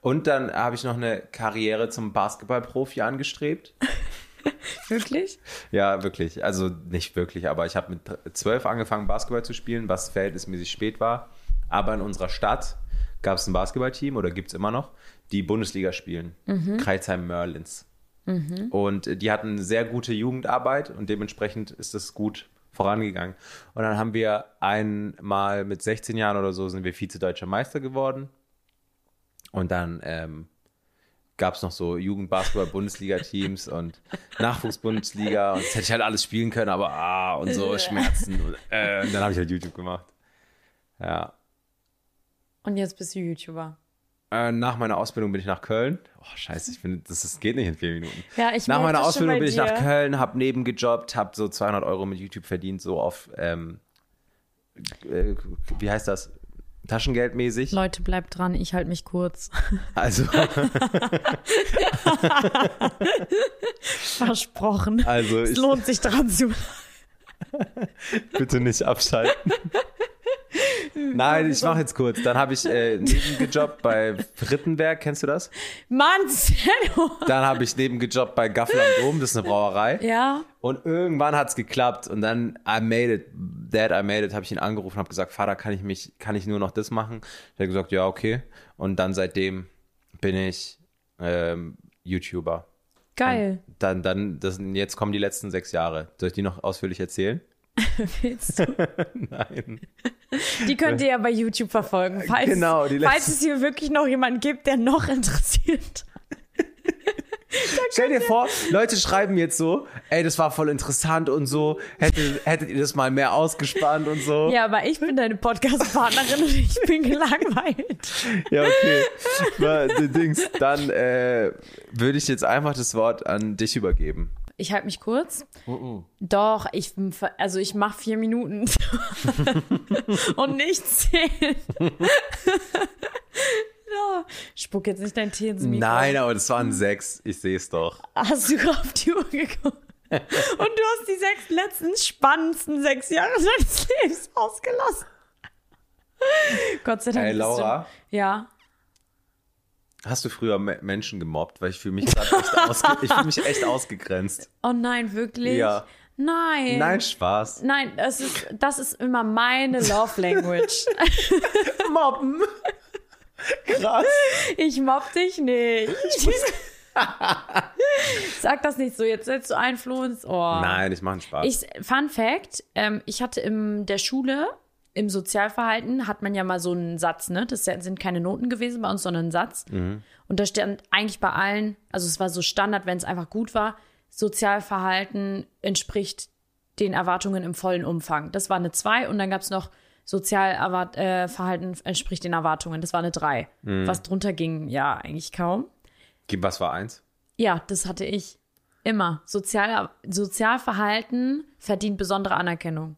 Speaker 1: Und dann habe ich noch eine Karriere zum Basketballprofi angestrebt.
Speaker 2: Wirklich?
Speaker 1: Ja, wirklich. Also nicht wirklich, aber ich habe mit zwölf angefangen, Basketball zu spielen, was verhältnismäßig spät war. Aber in unserer Stadt gab es ein Basketballteam oder gibt es immer noch, die Bundesliga spielen. Kreisheim Merlins. Und äh, die hatten sehr gute Jugendarbeit und dementsprechend ist es gut vorangegangen. Und dann haben wir einmal mit 16 Jahren oder so sind wir Vize-Deutscher Meister geworden. Und dann ähm, gab es noch so Jugendbasketball-Bundesliga-Teams und Nachwuchs-Bundesliga. Und das hätte ich halt alles spielen können, aber ah, und so Schmerzen. Und, äh, und dann habe ich halt YouTube gemacht. Ja.
Speaker 2: Und jetzt bist du YouTuber.
Speaker 1: Äh, nach meiner Ausbildung bin ich nach Köln. Oh, scheiße, ich bin, das, das geht nicht in vier Minuten.
Speaker 2: Ja, ich
Speaker 1: Nach
Speaker 2: merk
Speaker 1: meiner
Speaker 2: das schon
Speaker 1: Ausbildung
Speaker 2: bei
Speaker 1: bin ich
Speaker 2: dir.
Speaker 1: nach Köln, habe nebengejobbt, habe so 200 Euro mit YouTube verdient, so auf, ähm, äh, wie heißt das? Taschengeldmäßig.
Speaker 2: Leute, bleibt dran, ich halte mich [LAUGHS] kurz.
Speaker 1: Also,
Speaker 2: Versprochen.
Speaker 1: also
Speaker 2: es
Speaker 1: ich,
Speaker 2: lohnt sich dran zu.
Speaker 1: Bitte nicht
Speaker 2: [LAUGHS]
Speaker 1: abschalten. Nein, ich mache jetzt kurz. Dann habe ich äh, nebengejobbt bei Frittenberg, kennst du das?
Speaker 2: Marcelo!
Speaker 1: Dann habe ich nebengejobbt bei Gaffel am Dom, das ist eine Brauerei.
Speaker 2: Ja,
Speaker 1: Und irgendwann hat es geklappt und dann I made it, Dad, I made it, habe ich ihn angerufen, habe gesagt, Vater, kann ich mich, kann ich nur noch das machen? Er hat gesagt, ja, okay. Und dann seitdem bin ich ähm, YouTuber.
Speaker 2: geil.
Speaker 1: Dann, dann, das, sind- jetzt kommen die letzten sechs Jahre. Soll ich die noch ausführlich erzählen?
Speaker 2: [LAUGHS] Willst du?
Speaker 1: [LAUGHS] Nein.
Speaker 2: Die könnt ihr ja bei YouTube verfolgen. Falls,
Speaker 1: Genau, die
Speaker 2: falls [LAUGHS]
Speaker 1: letzten-
Speaker 2: es hier wirklich noch jemanden gibt, der noch interessiert.
Speaker 1: Stell dir vor, Leute schreiben jetzt so, ey, das war voll interessant und so, hättet, hättet ihr das mal mehr ausgespannt und so.
Speaker 2: Ja, aber ich bin deine Podcast-Partnerin und ich bin gelangweilt.
Speaker 1: Ja,
Speaker 2: [LAUGHS]
Speaker 1: okay. Na, d- Dings, dann äh, würde ich jetzt einfach das Wort an dich übergeben.
Speaker 2: Ich halte mich kurz. Doch, ich, bin ver- also ich mache vier Minuten [LAUGHS] und nicht zehn. [LAUGHS] ja. Spuck jetzt nicht deinen Tee ins Mikro.
Speaker 1: Nein, aber das waren sechs, ich sehe es doch.
Speaker 2: Hast du auf die Uhr geguckt? Und du hast die sechs letzten spannendsten sechs Jahre deines Lebens ausgelassen. Gott sei Dank.
Speaker 1: Ey,
Speaker 2: bist
Speaker 1: Laura,
Speaker 2: Du, ja.
Speaker 1: hast du früher Me- Menschen gemobbt? Weil ich fühle mich gerade echt, ausge ich fühl mich echt ausgegrenzt.
Speaker 2: Oh nein, wirklich?
Speaker 1: Ja.
Speaker 2: Nein.
Speaker 1: Nein, Spaß.
Speaker 2: Nein, das ist, das ist immer meine Love Language.
Speaker 1: Mobben. Krass.
Speaker 2: Ich mobb dich nicht. [LAUGHS] Sag das nicht so, jetzt setzt du Oh. Einfluh ins Ohr.
Speaker 1: Nein, ich mache einen Spaß.
Speaker 2: Ich, Fun Fact: ähm, Ich hatte in der Schule im Sozialverhalten hat man ja mal so einen Satz, ne? Das sind keine Noten gewesen bei uns, sondern ein Satz. Und da stand eigentlich bei allen, also es war so Standard, wenn es einfach gut war, Sozialverhalten entspricht den Erwartungen im vollen Umfang. Das war eine 2 und dann gab es noch Sozialverhalten äh, Verhalten entspricht den Erwartungen. Das war eine 3. Was drunter ging, ja, eigentlich kaum.
Speaker 1: Was war eins?
Speaker 2: Ja, das hatte ich. Immer. Sozial, Sozialverhalten verdient besondere Anerkennung.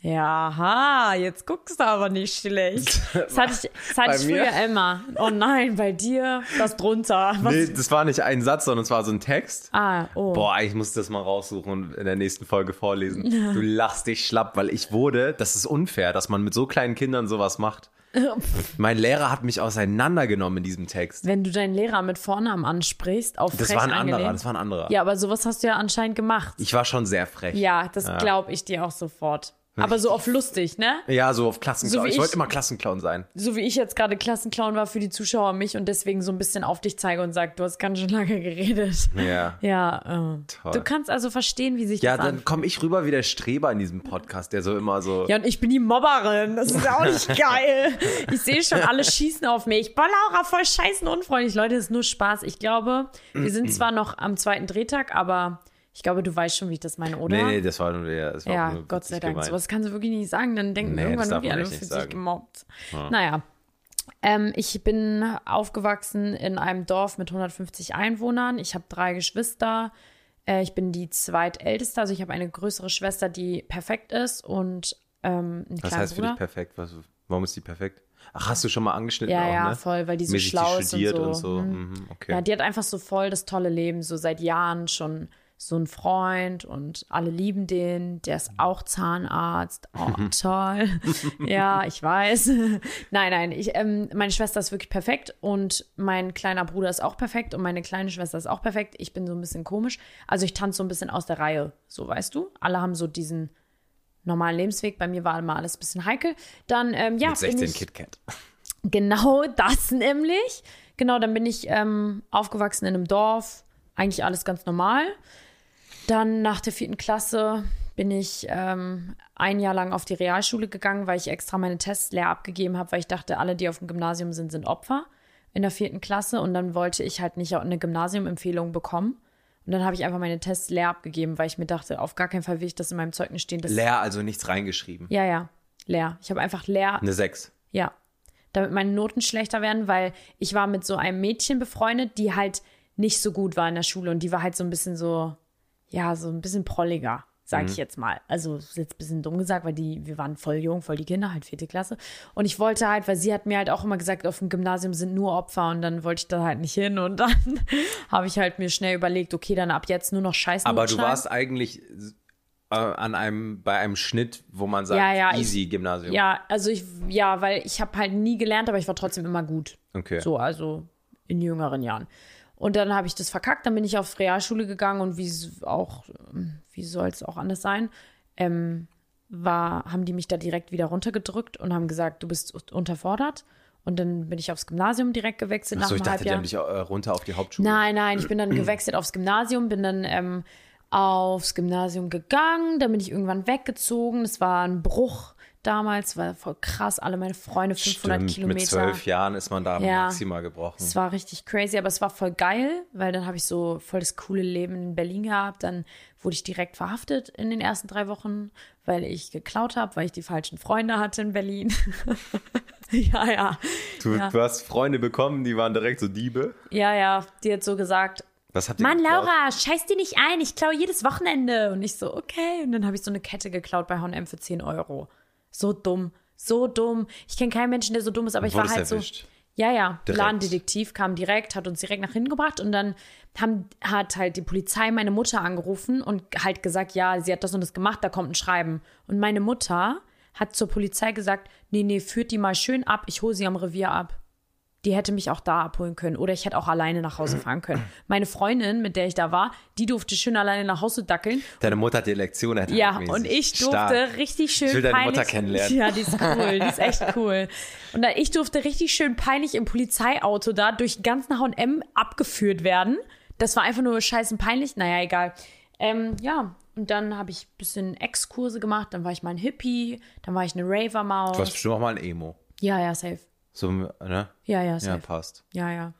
Speaker 2: Ja, ha, jetzt guckst du aber nicht
Speaker 1: [LAUGHS]
Speaker 2: schlecht. Das hatte ich, das hatte
Speaker 1: Bei
Speaker 2: ich
Speaker 1: mir?
Speaker 2: früher immer. Oh nein, bei dir, das drunter. Was?
Speaker 1: Nee, das war nicht ein Satz, sondern es war so ein Text.
Speaker 2: Ah, oh.
Speaker 1: Boah, eigentlich muss ich das mal raussuchen und in der nächsten Folge vorlesen. Du lachst dich schlapp, weil ich wurde, das ist unfair, dass man mit so kleinen Kindern
Speaker 2: [LAUGHS]
Speaker 1: sowas macht. mein Lehrer hat mich auseinandergenommen in diesem Text.
Speaker 2: Wenn du deinen Lehrer mit Vornamen ansprichst, auf
Speaker 1: Das
Speaker 2: frech
Speaker 1: war ein
Speaker 2: angelehnt.
Speaker 1: anderer, das war ein anderer.
Speaker 2: Ja, aber sowas hast du ja anscheinend gemacht.
Speaker 1: Ich war schon sehr frech.
Speaker 2: Ja, das glaube ich dir auch sofort.
Speaker 1: Hm.
Speaker 2: Aber so oft lustig, ne?
Speaker 1: Ja, so auf Klassenclown.
Speaker 2: So wie
Speaker 1: ich
Speaker 2: ich-
Speaker 1: wollte immer Klassenclown sein.
Speaker 2: so wie ich jetzt gerade Klassenclown war für die Zuschauer mich und deswegen so ein bisschen auf dich zeige und sage, du hast ganz schön lange geredet.
Speaker 1: Ja.
Speaker 2: Ja, äh,
Speaker 1: Toll.
Speaker 2: du kannst also verstehen, wie sich
Speaker 1: Ja,
Speaker 2: das
Speaker 1: dann
Speaker 2: anfühlt.
Speaker 1: komme ich rüber wie der Streber in diesem Podcast, der so immer so.
Speaker 2: Ja, und ich bin die Mobberin. Das ist auch
Speaker 1: [LAUGHS]
Speaker 2: nicht geil. Ich sehe schon, alle schießen auf mich. Boah, Laura, voll scheißen unfreundlich. Leute, das ist nur Spaß. Ich glaube, wir
Speaker 1: [CLEARS THROAT]
Speaker 2: sind zwar noch am zweiten Drehtag, aber ich glaube, du weißt schon, wie ich das meine, oder?
Speaker 1: nee, nee, das war nur der. Das war auch
Speaker 2: Ja,
Speaker 1: nur
Speaker 2: Gott sei
Speaker 1: witzig
Speaker 2: Dank.
Speaker 1: gemeint.
Speaker 2: Sowas kannst du wirklich nicht sagen. Dann denken
Speaker 1: Nee, das
Speaker 2: irgendwann
Speaker 1: darf
Speaker 2: irgendwie
Speaker 1: man
Speaker 2: alle
Speaker 1: echt nicht
Speaker 2: fühlen sich
Speaker 1: sagen.
Speaker 2: gemobbt. Naja. Ähm, ich bin aufgewachsen in einem Dorf mit 150 Einwohnern. Ich habe drei Geschwister. Äh, ich bin die zweitälteste. Also ich habe eine größere Schwester, die perfekt ist und ähm, einen
Speaker 1: Was
Speaker 2: kleinen
Speaker 1: heißt für
Speaker 2: Bruder.
Speaker 1: dich perfekt? Was, warum ist die perfekt? Ach, hast du schon mal angeschnitten
Speaker 2: Ja,
Speaker 1: auch,
Speaker 2: ja,
Speaker 1: ne?
Speaker 2: voll, weil die so
Speaker 1: Mäßig,
Speaker 2: schlau ist und
Speaker 1: studiert
Speaker 2: so.
Speaker 1: und so. Mhm, okay.
Speaker 2: Ja, die hat einfach so voll das tolle Leben, so seit Jahren schon so ein Freund und alle lieben den, der ist auch Zahnarzt.
Speaker 1: [LAUGHS]
Speaker 2: Oh, toll. ja, ich weiß. [LAUGHS] nein, nein, ich, ähm, meine Schwester ist wirklich perfekt und mein kleiner Bruder ist auch perfekt und meine kleine Schwester ist auch perfekt. Ich bin so ein bisschen komisch. Also ich tanze so ein bisschen aus der Reihe, so weißt du. Alle haben so diesen normalen Lebensweg. Bei mir war immer alles ein bisschen heikel. Dann, ähm, ja,
Speaker 1: Mit
Speaker 2: bin
Speaker 1: 16
Speaker 2: ich,
Speaker 1: KitKat.
Speaker 2: Genau [LAUGHS] das nämlich. Genau, dann bin ich ähm, aufgewachsen in einem Dorf. Eigentlich alles ganz normal. Dann nach der vierten Klasse bin ich ähm, ein Jahr lang auf die Realschule gegangen, weil ich extra meine Tests leer abgegeben habe, weil ich dachte, alle, die auf dem Gymnasium sind, sind Opfer in der vierten Klasse. Und dann wollte ich halt nicht eine Gymnasiumempfehlung bekommen. Und dann habe ich einfach meine Tests leer abgegeben, weil ich mir dachte, auf gar keinen Fall will ich das in meinem Zeugnis stehen. Das
Speaker 1: Leer, also nichts reingeschrieben.
Speaker 2: ja, ja, leer. Ich habe einfach leer
Speaker 1: Eine 6.
Speaker 2: ja. Damit meine Noten schlechter werden, weil ich war mit so einem Mädchen befreundet, die halt nicht so gut war in der Schule und die war halt so ein bisschen so, ja, so ein bisschen prolliger, sag
Speaker 1: Mhm.
Speaker 2: ich jetzt mal. Also ist jetzt ein bisschen dumm gesagt, weil die, wir waren voll jung, voll die Kinder, halt vierte Klasse. Und ich wollte halt, weil sie hat mir halt auch immer gesagt, auf dem Gymnasium sind nur Opfer und dann wollte ich da halt nicht hin und dann [LAUGHS] habe ich halt mir schnell überlegt, okay, dann ab jetzt nur noch Scheiße.
Speaker 1: Aber du warst eigentlich äh, an einem, bei einem Schnitt, wo man sagt,
Speaker 2: Ja, ja, ich-
Speaker 1: easy Gymnasium.
Speaker 2: Ja, also ich, ja, weil ich habe halt nie gelernt, aber ich war trotzdem immer gut.
Speaker 1: Okay.
Speaker 2: So, also in jüngeren Jahren. Und dann habe ich das verkackt, dann bin ich auf Realschule gegangen und wie s- auch, ähm, wie soll es auch anders sein, ähm, war, haben die mich da direkt wieder runtergedrückt und haben gesagt, du bist u- unterfordert. Und dann bin ich aufs Gymnasium direkt gewechselt
Speaker 1: Achso,
Speaker 2: nach
Speaker 1: ich
Speaker 2: einem
Speaker 1: dachte, die
Speaker 2: Halbjahr.
Speaker 1: haben dich äh, runter auf die Hauptschule.
Speaker 2: Nein, nein, ich bin dann gewechselt aufs Gymnasium, bin dann ähm, aufs Gymnasium gegangen, dann bin ich irgendwann weggezogen. Das war ein Bruch damals, war voll krass, alle meine Freunde 500
Speaker 1: Stimmt,
Speaker 2: Kilometer.
Speaker 1: mit zwölf Jahren ist man da
Speaker 2: Ja.
Speaker 1: maximal gebrochen.
Speaker 2: Es war richtig crazy, aber es war voll geil, weil dann habe ich so voll das coole Leben in Berlin gehabt. Dann wurde ich direkt verhaftet in den ersten drei Wochen, weil ich geklaut habe, weil ich die falschen Freunde hatte in Berlin. [LAUGHS] ja, ja.
Speaker 1: Du,
Speaker 2: Ja.
Speaker 1: du hast Freunde bekommen, die waren direkt so Diebe.
Speaker 2: Ja, ja. Die hat so gesagt,
Speaker 1: Was habt ihr
Speaker 2: Mann,
Speaker 1: geklaut?
Speaker 2: Laura, scheiß dir nicht ein, ich klaue jedes Wochenende. Und ich so, okay. Und dann habe ich so eine Kette geklaut bei H&M für 10 Euro. So dumm, so dumm. Ich kenne keinen Menschen, der so dumm ist, aber ich war
Speaker 1: wurdest
Speaker 2: halt
Speaker 1: erwischt?
Speaker 2: so... Ja, ja,
Speaker 1: Direkt.
Speaker 2: Ladendetektiv kam direkt, hat uns direkt nach hinten gebracht und dann haben, hat halt die Polizei meine Mutter angerufen und halt gesagt, ja, sie hat das und das gemacht, da kommt ein Schreiben. Und meine Mutter hat zur Polizei gesagt, nee, nee, führt die mal schön ab, ich hole sie am Revier ab die hätte mich auch da abholen können oder ich hätte auch alleine nach Hause fahren können. Meine Freundin, mit der ich da war, die durfte schön alleine nach Hause dackeln.
Speaker 1: Deine Mutter hat die Lektion erteilt.
Speaker 2: Ja,
Speaker 1: mäßig.
Speaker 2: und ich durfte
Speaker 1: Stark.
Speaker 2: richtig schön
Speaker 1: Ich will deine
Speaker 2: peinlich.
Speaker 1: Mutter kennenlernen.
Speaker 2: Ja, die ist cool, die ist echt
Speaker 1: [LAUGHS]
Speaker 2: cool. Und da, ich durfte richtig schön peinlich im Polizeiauto da durch ganz nach H&M abgeführt werden. Das war einfach nur scheißen peinlich. Naja, egal. Ähm, ja, und dann habe ich ein bisschen Exkurse gemacht. Dann war ich mal ein Hippie, dann war ich eine
Speaker 1: Du hast
Speaker 2: Ravermaus.
Speaker 1: bestimmt auch mal ein Emo.
Speaker 2: Ja, ja, safe.
Speaker 1: So, ne?
Speaker 2: Ja, ja,
Speaker 1: Ja,
Speaker 2: safe.
Speaker 1: passt.
Speaker 2: Ja, ja. Ich habe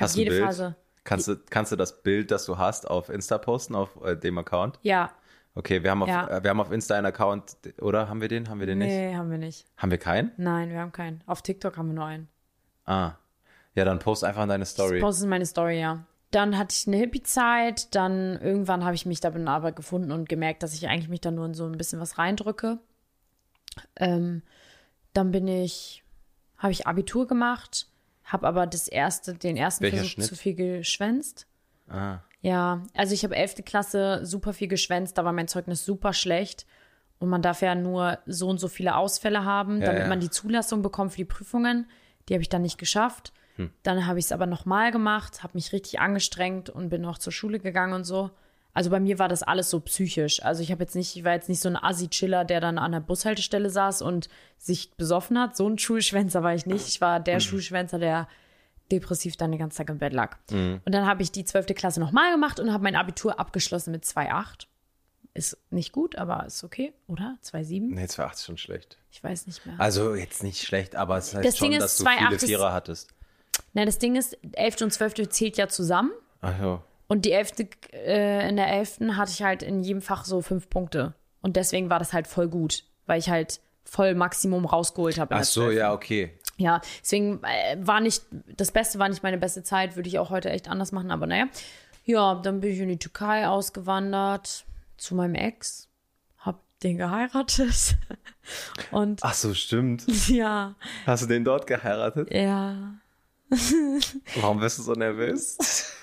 Speaker 1: Hast du ein
Speaker 2: jede
Speaker 1: Bild?
Speaker 2: Phase.
Speaker 1: Kannst du, kannst du das Bild, das du hast, auf Insta posten, auf äh, dem Account?
Speaker 2: Ja,
Speaker 1: Okay, wir haben auf,
Speaker 2: Ja.
Speaker 1: äh, wir haben auf Insta einen Account, oder? Haben wir den? Haben wir den nicht?
Speaker 2: Nee, haben wir nicht.
Speaker 1: Haben wir keinen?
Speaker 2: Nein, wir haben keinen. Auf TikTok haben wir nur einen.
Speaker 1: Ah. Ja, dann post einfach in deine Story.
Speaker 2: Ich poste meine Story, ja. Dann hatte ich eine Hippie-Zeit, dann irgendwann habe ich mich darin aber gefunden und gemerkt, dass ich eigentlich mich da nur in so ein bisschen was reindrücke. Ähm, dann bin ich, habe ich Abitur gemacht, habe aber das erste, den ersten
Speaker 1: Welcher
Speaker 2: Versuch
Speaker 1: Schnitt?
Speaker 2: zu viel geschwänzt.
Speaker 1: Ah.
Speaker 2: Ja, also ich habe 11. Klasse super viel geschwänzt, da war mein Zeugnis super schlecht. Und man darf ja nur so und so viele Ausfälle haben, damit
Speaker 1: ja.
Speaker 2: man die Zulassung bekommt für die Prüfungen. Die habe ich dann nicht geschafft.
Speaker 1: Hm.
Speaker 2: Dann habe ich es aber nochmal gemacht, habe mich richtig angestrengt und bin noch zur Schule gegangen und so. Also bei mir war das alles so psychisch. Also ich habe jetzt nicht, ich war jetzt nicht so ein Assi-Chiller, der dann an der Bushaltestelle saß und sich besoffen hat. So ein Schulschwänzer war ich nicht. Ich war
Speaker 1: Hm.
Speaker 2: der Schulschwänzer, der depressiv dann den ganzen Tag im Bett lag.
Speaker 1: Mhm.
Speaker 2: Und dann habe ich die 12. Klasse nochmal gemacht und habe mein Abitur abgeschlossen mit 2,8. Ist nicht gut, aber ist okay, oder? 2,7?
Speaker 1: Nee, 2,8 ist schon schlecht.
Speaker 2: Ich weiß nicht mehr.
Speaker 1: Also jetzt nicht schlecht, aber es heißt
Speaker 2: Das
Speaker 1: schon,
Speaker 2: Ding ist,
Speaker 1: dass du
Speaker 2: 2,8
Speaker 1: viele
Speaker 2: ist-
Speaker 1: Vierer hattest.
Speaker 2: Na, das Ding ist, 11. und 12. zählt ja zusammen.
Speaker 1: Ach so.
Speaker 2: Und die 11. Äh, in der 11. hatte ich halt in jedem Fach so fünf Punkte. Und deswegen war das halt voll gut, weil ich halt voll Maximum rausgeholt habe. in
Speaker 1: Ach
Speaker 2: der
Speaker 1: so,
Speaker 2: 12..
Speaker 1: ja, okay.
Speaker 2: Ja, deswegen äh, war nicht, das Beste war nicht meine beste Zeit, würde ich auch heute echt anders machen, aber naja. Ja, dann bin ich in die Türkei ausgewandert zu meinem Ex, hab den geheiratet [LAUGHS] und
Speaker 1: Ach so, stimmt.
Speaker 2: ja,
Speaker 1: Hast du den dort geheiratet?
Speaker 2: ja.
Speaker 1: Warum bist du so nervös?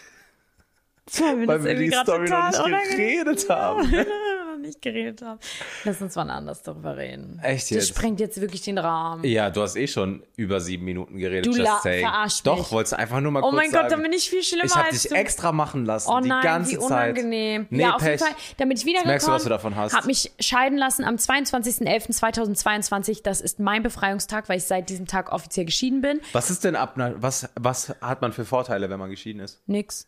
Speaker 2: Weil wir,
Speaker 1: Weil wir die Story noch nicht geredet haben.
Speaker 2: noch nicht geredet haben. Lass uns wann anders darüber reden.
Speaker 1: Echt
Speaker 2: Das
Speaker 1: jetzt?
Speaker 2: sprengt jetzt wirklich den Rahmen.
Speaker 1: Ja, du hast eh schon über sieben Minuten geredet.
Speaker 2: Du
Speaker 1: just
Speaker 2: la-
Speaker 1: saying.
Speaker 2: verarsch mich.
Speaker 1: Doch, wolltest einfach nur mal
Speaker 2: Oh
Speaker 1: kurz
Speaker 2: mein
Speaker 1: sagen.
Speaker 2: Gott, dann bin ich viel schlimmer
Speaker 1: Ich hab
Speaker 2: als
Speaker 1: dich
Speaker 2: du.
Speaker 1: extra machen lassen,
Speaker 2: Oh nein,
Speaker 1: die ganze
Speaker 2: wie
Speaker 1: Zeit.
Speaker 2: unangenehm.
Speaker 1: Nee,
Speaker 2: ja, auf
Speaker 1: Pech.
Speaker 2: jeden Fall. Damit ich wiedergekommen
Speaker 1: merkst du, was du davon hast.
Speaker 2: Hab mich scheiden lassen am 22.11.2022. Das ist mein Befreiungstag, weil ich seit diesem Tag offiziell geschieden bin.
Speaker 1: Was ist denn ab, einer- was, was hat man für Vorteile, wenn man geschieden ist?
Speaker 2: Nix.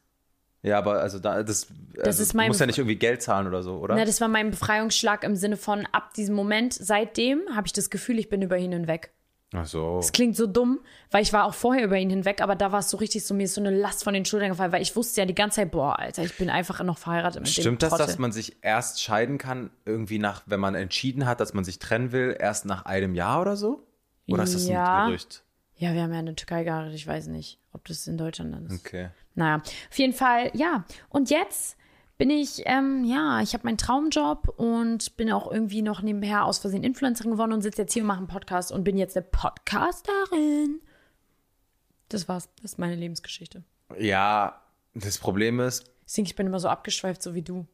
Speaker 1: Ja, aber also da, das, also
Speaker 2: ist mein
Speaker 1: du musst ja
Speaker 2: Bef-
Speaker 1: nicht irgendwie Geld zahlen oder so, oder?
Speaker 2: Na, Ne, das war mein Befreiungsschlag im Sinne von ab diesem Moment. Seitdem habe ich das Gefühl, ich bin über ihn hinweg.
Speaker 1: Ach so.
Speaker 2: Das klingt so dumm, weil ich war auch vorher über ihn hinweg, aber da war es so richtig so, mir ist so eine Last von den Schultern gefallen, weil ich wusste ja die ganze Zeit, boah, Alter, ich bin einfach noch verheiratet mit dem
Speaker 1: Stimmt das,
Speaker 2: Trottel.
Speaker 1: dass man sich erst scheiden kann, irgendwie nach, wenn man entschieden hat, dass man sich trennen will, erst nach einem Jahr oder so? Oder ist das
Speaker 2: Ja.
Speaker 1: ein Gerücht?
Speaker 2: Ja, wir haben ja in der Türkei geheiratet, ich weiß nicht, ob das in Deutschland dann ist.
Speaker 1: Okay.
Speaker 2: Naja, auf jeden Fall, ja. Und jetzt bin ich, ähm, ja, ich habe meinen Traumjob und bin auch irgendwie noch nebenher aus Versehen Influencerin geworden und sitze jetzt hier und mache einen Podcast und bin jetzt eine Podcasterin. Das war's. Das ist meine Lebensgeschichte.
Speaker 1: Ja, das Problem ist,
Speaker 2: Deswegen, ich bin immer so abgeschweift, so wie du.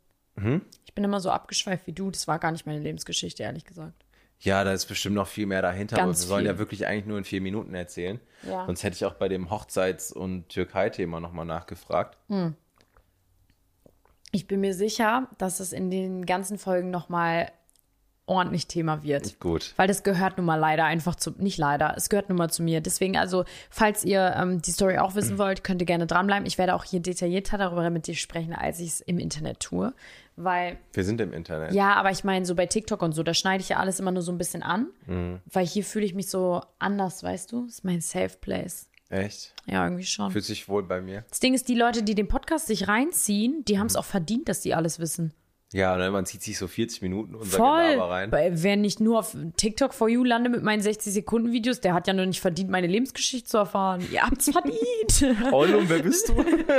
Speaker 2: Ich bin immer so abgeschweift wie du. Das war gar nicht meine Lebensgeschichte, ehrlich gesagt.
Speaker 1: ja, da ist bestimmt noch viel mehr dahinter, aber wir
Speaker 2: Ganz
Speaker 1: sollen
Speaker 2: viel.
Speaker 1: ja wirklich eigentlich nur in vier Minuten erzählen.
Speaker 2: Ja.
Speaker 1: Sonst hätte ich auch bei dem Hochzeits- und Türkei-Thema nochmal nachgefragt.
Speaker 2: Ich bin mir sicher, dass es in den ganzen Folgen nochmal ordentlich Thema wird.
Speaker 1: Gut.
Speaker 2: Weil das gehört nun mal leider einfach zu, nicht leider, es gehört nun mal zu mir. Deswegen also, falls ihr ähm, die Story auch wissen wollt, könnt ihr gerne dranbleiben. Ich werde auch hier detaillierter darüber mit dir sprechen, als ich es im Internet tue. Weil,
Speaker 1: Wir sind im Internet.
Speaker 2: ja, aber ich meine, so bei TikTok und so, da schneide ich ja alles immer nur so ein bisschen an. Weil hier fühle ich mich so anders, weißt du? Das ist mein Safe Place.
Speaker 1: Echt?
Speaker 2: Ja, irgendwie schon.
Speaker 1: Fühlt sich wohl bei mir.
Speaker 2: Das Ding ist, die Leute, die den Podcast sich reinziehen, die haben es auch verdient, dass die alles wissen.
Speaker 1: Ja, ne, man zieht sich so 40 Minuten unser
Speaker 2: Voll.
Speaker 1: Gelaber rein.
Speaker 2: Weil Wer nicht nur auf TikTok for You lande mit meinen 60-Sekunden-Videos, der hat ja noch nicht verdient, meine Lebensgeschichte zu erfahren. Ihr habt's verdient. [LAUGHS]
Speaker 1: Olum, Oh, wer bist du?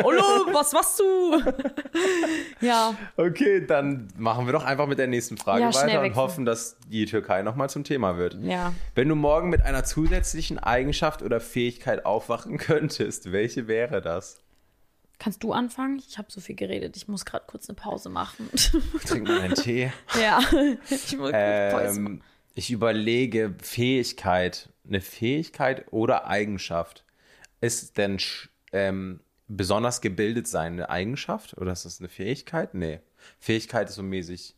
Speaker 2: Olo, was machst du? [LAUGHS] ja,
Speaker 1: Okay, dann machen wir doch einfach mit der nächsten Frage
Speaker 2: Ja, schnell
Speaker 1: weiter und
Speaker 2: wechseln.
Speaker 1: hoffen, dass die Türkei nochmal zum Thema wird.
Speaker 2: Ja.
Speaker 1: Wenn du morgen mit einer zusätzlichen Eigenschaft oder Fähigkeit aufwachen könntest, welche wäre das?
Speaker 2: kannst du anfangen? Ich habe so viel geredet, ich muss gerade kurz eine Pause machen.
Speaker 1: Trink mal einen Tee.
Speaker 2: [LAUGHS] ja, [LAUGHS] ich muss kurz Pause machen.
Speaker 1: Ähm, ich überlege Fähigkeit, eine Fähigkeit oder Eigenschaft. Ist denn sch- ähm, besonders gebildet sein eine Eigenschaft oder ist das eine Fähigkeit? Nee. Fähigkeit ist so mäßig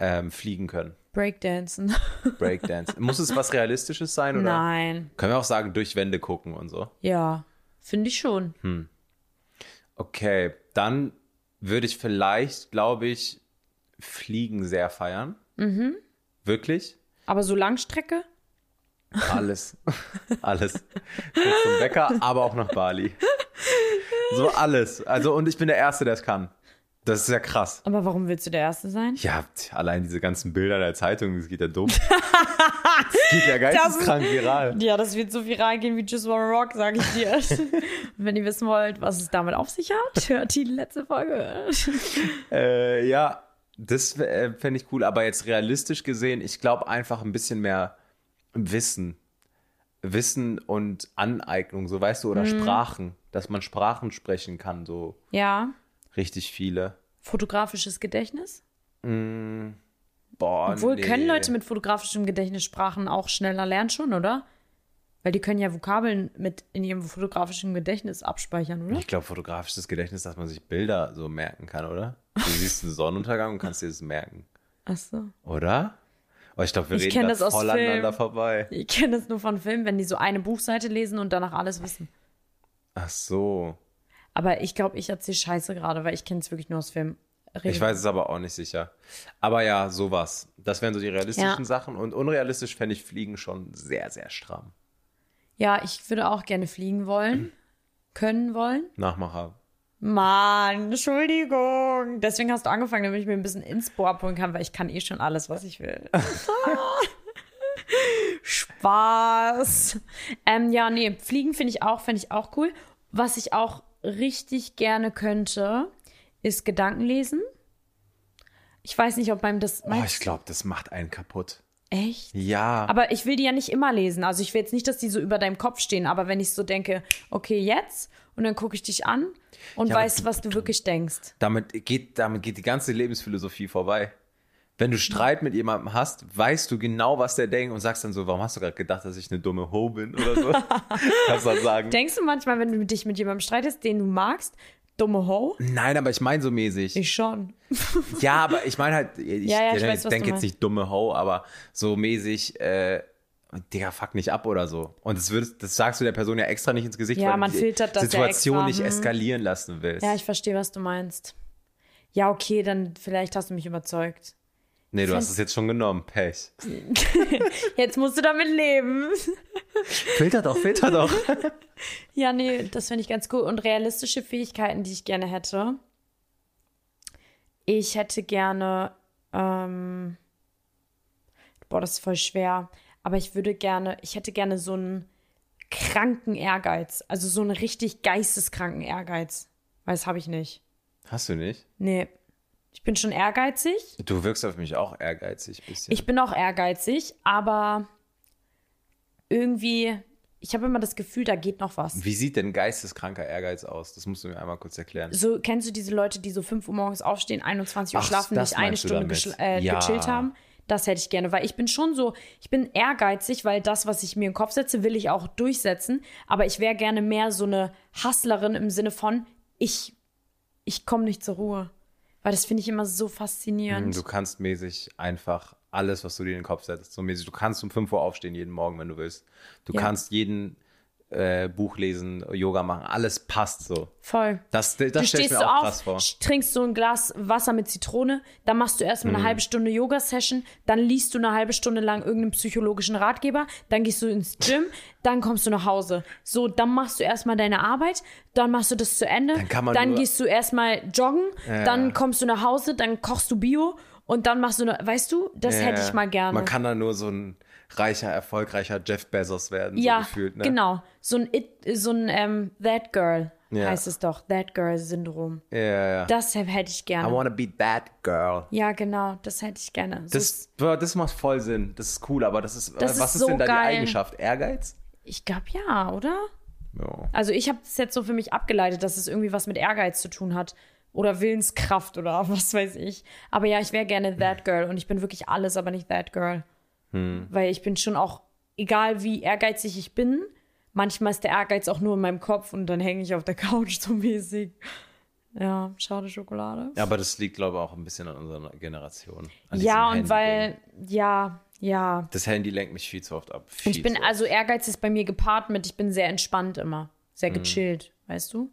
Speaker 1: ähm, fliegen können.
Speaker 2: Breakdancen.
Speaker 1: Breakdance. Muss es was Realistisches sein oder?
Speaker 2: Nein,
Speaker 1: Können wir auch sagen, durch Wände gucken und so.
Speaker 2: ja, finde ich schon.
Speaker 1: Hm. Okay, dann würde ich vielleicht, glaube ich, Fliegen sehr feiern. Mhm. Wirklich?
Speaker 2: Aber so Langstrecke?
Speaker 1: Alles.
Speaker 2: [LAUGHS]
Speaker 1: Alles. Kurz zum Bäcker, aber auch nach Bali. So alles. Also, und ich bin der Erste, der es kann. Das ist ja krass.
Speaker 2: Aber warum willst du der Erste sein?
Speaker 1: Ja, t- allein diese ganzen Bilder der Zeitung, das geht
Speaker 2: [LAUGHS]
Speaker 1: ja dumm. Das geht ja geisteskrank viral.
Speaker 2: Ja, das wird so viral gehen wie Just Wanna Rock, sag ich dir. Und [LAUGHS] wenn ihr wissen wollt, was es damit auf sich hat, hört die letzte Folge.
Speaker 1: Äh, ja, das äh, fände ich cool. Aber jetzt realistisch gesehen, ich glaube einfach ein bisschen mehr Wissen. Wissen und Aneignung, so weißt du, oder
Speaker 2: Mhm.
Speaker 1: Sprachen. Dass man Sprachen sprechen kann, so
Speaker 2: Ja,
Speaker 1: richtig viele.
Speaker 2: fotografisches Gedächtnis.
Speaker 1: Boah,
Speaker 2: Obwohl,
Speaker 1: Oh, nee.
Speaker 2: können Leute mit fotografischem Gedächtnis Sprachen auch schneller lernen schon, oder? Weil die können ja Vokabeln mit in ihrem fotografischen Gedächtnis abspeichern, oder?
Speaker 1: Ich glaube, fotografisches Gedächtnis, dass man sich Bilder so merken kann, oder? Du siehst einen Sonnenuntergang und kannst dir das merken,
Speaker 2: Achso.
Speaker 1: oder? Oh, ich glaube, wir
Speaker 2: Ich
Speaker 1: reden
Speaker 2: kenn
Speaker 1: da
Speaker 2: das aus
Speaker 1: voll
Speaker 2: Filmen.
Speaker 1: aneinander vorbei.
Speaker 2: Ich kenne das nur von Filmen, wenn die so eine Buchseite lesen und danach alles wissen.
Speaker 1: Ach so.
Speaker 2: Aber ich glaube, ich erzähle Scheiße gerade, weil ich kenne es wirklich nur aus Filmen.
Speaker 1: Ich weiß es aber auch nicht sicher. Aber ja, sowas. Das wären so die realistischen
Speaker 2: Ja.
Speaker 1: Sachen. Und unrealistisch fände ich Fliegen schon sehr, sehr stramm.
Speaker 2: Ja, ich würde auch gerne fliegen wollen, können wollen.
Speaker 1: Nachmacher.
Speaker 2: Mann, Entschuldigung. Deswegen hast du angefangen, damit ich mir ein bisschen Inspo abholen kann, weil ich kann eh schon alles, was ich
Speaker 1: [LAUGHS]
Speaker 2: will. Spaß. Ähm, ja, nee, fliegen finde ich auch, finde ich auch cool. Was ich auch richtig gerne könnte, ist Gedanken lesen. Ich weiß nicht, ob beim das.
Speaker 1: Oh, ich glaube, das macht einen kaputt.
Speaker 2: echt?
Speaker 1: Ja.
Speaker 2: Aber ich will die ja nicht immer lesen. Also ich will jetzt nicht, dass die so über deinem Kopf stehen, aber wenn ich so denke, okay, jetzt, und dann gucke ich dich an und
Speaker 1: Ja, aber
Speaker 2: weiß,
Speaker 1: du-
Speaker 2: was du wirklich denkst.
Speaker 1: Damit geht, damit geht die ganze Lebensphilosophie vorbei. Wenn du Streit mit jemandem hast, weißt du genau, was der denkt und sagst dann so, warum hast du gerade gedacht, dass ich eine dumme Ho bin
Speaker 2: [LAUGHS]
Speaker 1: oder so? Kannst du dann sagen.
Speaker 2: Denkst du manchmal, wenn du dich mit jemandem streitest, den du magst, dumme Ho?
Speaker 1: Nein, aber ich meine so mäßig.
Speaker 2: Ich schon.
Speaker 1: Ja, aber ich meine halt, ich,
Speaker 2: Ja, ja, ich
Speaker 1: ich
Speaker 2: weiß, was
Speaker 1: denke
Speaker 2: du
Speaker 1: jetzt
Speaker 2: meinst.
Speaker 1: nicht dumme Ho, aber so mäßig, äh, Digga, fuck nicht ab oder so. Und das, würdest, das sagst du der Person ja extra nicht ins Gesicht,
Speaker 2: Ja,
Speaker 1: weil
Speaker 2: man
Speaker 1: du die
Speaker 2: filtert das ja
Speaker 1: Situation
Speaker 2: extra,
Speaker 1: nicht
Speaker 2: hm.
Speaker 1: eskalieren lassen willst.
Speaker 2: Ja, ich verstehe, was du meinst. Ja, okay, dann vielleicht hast du mich überzeugt.
Speaker 1: nee, du hast es jetzt schon genommen. Pech.
Speaker 2: Jetzt musst du damit leben. [LAUGHS]
Speaker 1: Filter doch, filter doch.
Speaker 2: Ja, nee, das finde ich ganz cool. Und realistische Fähigkeiten, die ich gerne hätte. Ich hätte gerne, ähm, boah, das ist voll schwer. Aber ich würde gerne, ich hätte gerne so einen kranken Ehrgeiz. Also so einen richtig geisteskranken Ehrgeiz. Weil das habe ich nicht.
Speaker 1: Hast du nicht?
Speaker 2: Nee. Ich bin schon ehrgeizig.
Speaker 1: Du wirkst auf mich auch ehrgeizig ein bisschen.
Speaker 2: Ich bin auch ehrgeizig, aber irgendwie, ich habe immer das Gefühl, da geht noch was.
Speaker 1: Wie sieht denn geisteskranker Ehrgeiz aus? Das musst du mir einmal kurz erklären.
Speaker 2: so kennst du diese Leute, die so 5 Uhr morgens aufstehen, 21 Uhr
Speaker 1: Ach,
Speaker 2: schlafen,
Speaker 1: das
Speaker 2: nicht eine
Speaker 1: meinst du
Speaker 2: Stunde
Speaker 1: damit.
Speaker 2: geschl- äh,
Speaker 1: Ja.
Speaker 2: gechillt haben? Das hätte ich gerne, weil ich bin schon so, ich bin ehrgeizig, weil das, was ich mir in den Kopf setze, will ich auch durchsetzen. Aber ich wäre gerne mehr so eine Hustlerin im Sinne von, ich, ich komme nicht zur Ruhe. Weil das finde ich immer so faszinierend.
Speaker 1: Hm, Du kannst mäßig einfach alles, was du dir in den Kopf setzt, so mäßig. Du kannst um 5 Uhr aufstehen jeden Morgen, wenn du willst. Du
Speaker 2: Ja.
Speaker 1: kannst jeden äh, Buch lesen, Yoga machen, alles passt so.
Speaker 2: Voll.
Speaker 1: Das,
Speaker 2: Du
Speaker 1: das stelle ich
Speaker 2: stehst
Speaker 1: mir
Speaker 2: so
Speaker 1: auch
Speaker 2: auf,
Speaker 1: krass vor.
Speaker 2: trinkst so ein Glas Wasser mit Zitrone, dann machst du erstmal
Speaker 1: Mhm.
Speaker 2: eine halbe Stunde Yoga-Session, dann liest du eine halbe Stunde lang irgendeinen psychologischen Ratgeber, dann gehst du ins
Speaker 1: [LAUGHS]
Speaker 2: Gym, dann kommst du nach Hause. So, dann machst du erstmal deine Arbeit, dann machst du das zu Ende,
Speaker 1: Dann kann man nur-
Speaker 2: gehst du erstmal joggen,
Speaker 1: Ja.
Speaker 2: dann kommst du nach Hause, dann kochst du Bio und dann machst du, ne, weißt du, das hätte ich
Speaker 1: Äh,
Speaker 2: mal gerne.
Speaker 1: Man kann da nur so ein reicher, erfolgreicher Jeff Bezos werden,
Speaker 2: ja,
Speaker 1: so gefühlt. Ne?
Speaker 2: genau. So ein, It, so ein ähm, That Girl
Speaker 1: Ja.
Speaker 2: heißt es doch, That Girl-Syndrom.
Speaker 1: Ja, ja, ja.
Speaker 2: Das hätte ich gerne.
Speaker 1: I wanna be that girl.
Speaker 2: Ja, genau, das hätte ich gerne. So,
Speaker 1: Das, boah, das macht voll Sinn. Das ist cool, aber das ist, äh,
Speaker 2: Das ist
Speaker 1: was ist
Speaker 2: so
Speaker 1: denn da
Speaker 2: geil.
Speaker 1: die Eigenschaft? Ehrgeiz?
Speaker 2: ich glaube ja, oder?
Speaker 1: Ja.
Speaker 2: Also ich habe das jetzt so für mich abgeleitet, dass es irgendwie was mit Ehrgeiz zu tun hat. Oder Willenskraft oder [LAUGHS] was weiß ich. Aber ja, ich wäre gerne That Girl und ich bin wirklich alles, aber nicht That Girl. Weil ich bin schon auch, egal wie ehrgeizig ich bin, manchmal ist der Ehrgeiz auch nur in meinem Kopf und dann hänge ich auf der Couch [LAUGHS] so mäßig. Ja, schade Schokolade.
Speaker 1: Aber das liegt, glaube ich, auch ein bisschen an unserer Generation. An diesem
Speaker 2: Ja, und
Speaker 1: Handy-Ding.
Speaker 2: weil, ja, ja.
Speaker 1: Das Handy lenkt mich viel zu oft ab. Viel
Speaker 2: Ich bin,
Speaker 1: zu oft.
Speaker 2: also Ehrgeiz ist bei mir gepaart mit, ich bin sehr entspannt immer.
Speaker 1: Mhm.
Speaker 2: Sehr gechillt, weißt du?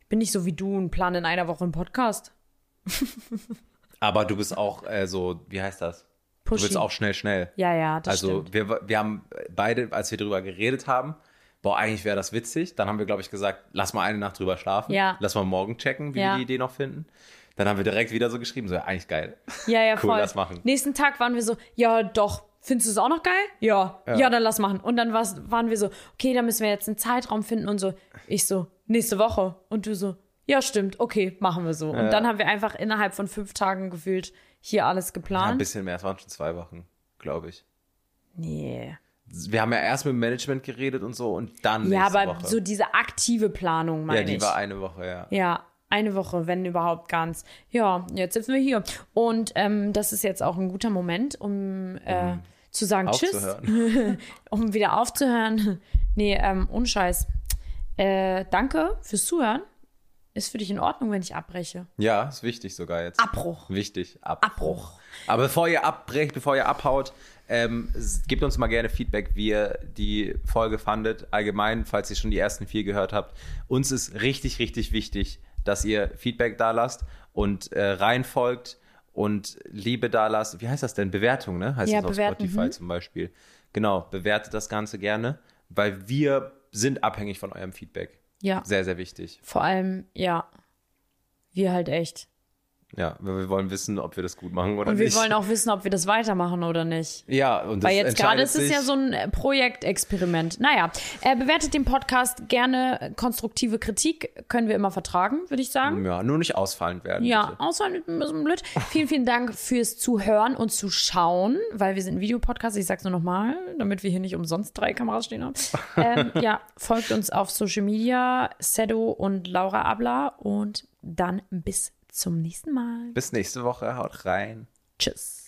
Speaker 2: Ich bin nicht so wie du und plane in einer Woche einen Podcast.
Speaker 1: Aber du bist auch äh, so, wie heißt das?
Speaker 2: Pushy.
Speaker 1: Du bist auch schnell, schnell.
Speaker 2: Ja, ja, das
Speaker 1: also
Speaker 2: stimmt.
Speaker 1: wir, wir haben beide, als wir drüber geredet haben, boah, eigentlich wäre das witzig. Dann haben wir, glaube ich, gesagt, lass mal eine Nacht drüber schlafen.
Speaker 2: Ja.
Speaker 1: Lass mal morgen checken, wie
Speaker 2: Ja.
Speaker 1: wir die Idee noch finden. Dann haben wir direkt wieder so geschrieben, so, ja, eigentlich geil.
Speaker 2: Ja, ja,
Speaker 1: Cool,
Speaker 2: voll.
Speaker 1: lass machen.
Speaker 2: Nächsten Tag waren wir so, ja, doch. Findest du es auch noch geil? Ja. ja. dann lass machen. Und dann war's, waren wir so, okay, dann müssen wir jetzt einen Zeitraum finden und so. Ich so, nächste Woche. Und du so, ja, stimmt, okay, machen wir so. Und dann haben wir einfach innerhalb von fünf Tagen gefühlt hier alles
Speaker 1: Ja, ein
Speaker 2: geplant.
Speaker 1: bisschen mehr, es waren schon zwei Wochen, glaube ich.
Speaker 2: nee.
Speaker 1: Wir haben ja erst mit dem Management geredet und so und dann
Speaker 2: Ja,
Speaker 1: nächste
Speaker 2: aber
Speaker 1: Woche.
Speaker 2: so diese aktive Planung, meine
Speaker 1: ja, die
Speaker 2: ich.
Speaker 1: war eine Woche, ja.
Speaker 2: Ja, eine Woche, wenn überhaupt ganz. Ja, jetzt sitzen wir hier. Und ähm, das ist jetzt auch ein guter Moment, um äh, zu sagen Tschüss,
Speaker 1: Mhm. Aufzuhören.
Speaker 2: um wieder aufzuhören. [LAUGHS] Nee, ähm, ohne Scheiß. Äh, danke fürs Zuhören. Ist für dich in Ordnung, wenn ich abbreche?
Speaker 1: Ja, ist wichtig sogar jetzt.
Speaker 2: Abbruch.
Speaker 1: Wichtig,
Speaker 2: Abbruch.
Speaker 1: Aber bevor ihr abbrecht, bevor ihr abhaut, ähm, s- gebt uns mal gerne Feedback, wie ihr die Folge fandet. Allgemein, falls ihr schon die ersten vier gehört habt. Uns ist richtig, richtig wichtig, dass ihr Feedback da lasst und äh, reinfolgt und Liebe da lasst. Wie heißt das denn? Bewertung, ne? Heißt
Speaker 2: Ja,
Speaker 1: das auf
Speaker 2: bewerten, Mhm.
Speaker 1: Spotify zum Beispiel. Genau, bewertet das Ganze gerne, weil wir sind abhängig von eurem Feedback.
Speaker 2: Ja,
Speaker 1: Sehr, sehr wichtig.
Speaker 2: vor allem, ja. Wir halt echt.
Speaker 1: Ja, weil wir wollen wissen, ob wir das gut machen oder
Speaker 2: Und wir
Speaker 1: nicht.
Speaker 2: wollen auch wissen, ob wir das weitermachen oder nicht.
Speaker 1: Ja, und das
Speaker 2: Weil jetzt gerade
Speaker 1: entscheidet
Speaker 2: ist es
Speaker 1: sich-
Speaker 2: ja so ein äh, Projektexperiment. Naja, äh, bewertet den Podcast gerne. Konstruktive Kritik können wir immer vertragen, würde ich sagen.
Speaker 1: Ja, nur nicht ausfallend werden.
Speaker 2: Ja,
Speaker 1: Hm, bitte.
Speaker 2: außer ein bisschen
Speaker 1: [LAUGHS]
Speaker 2: blöd. Vielen, vielen Dank fürs Zuhören und Zuschauen, weil wir sind ein Videopodcast. Ich sag's nur nochmal, damit wir hier nicht umsonst drei Kameras stehen
Speaker 1: [LAUGHS]
Speaker 2: haben. Ähm, ja, folgt uns auf Social Media, Sedo und Laura Abla und dann bis zum nächsten Mal.
Speaker 1: Bis nächste Woche. Haut rein.
Speaker 2: Tschüss.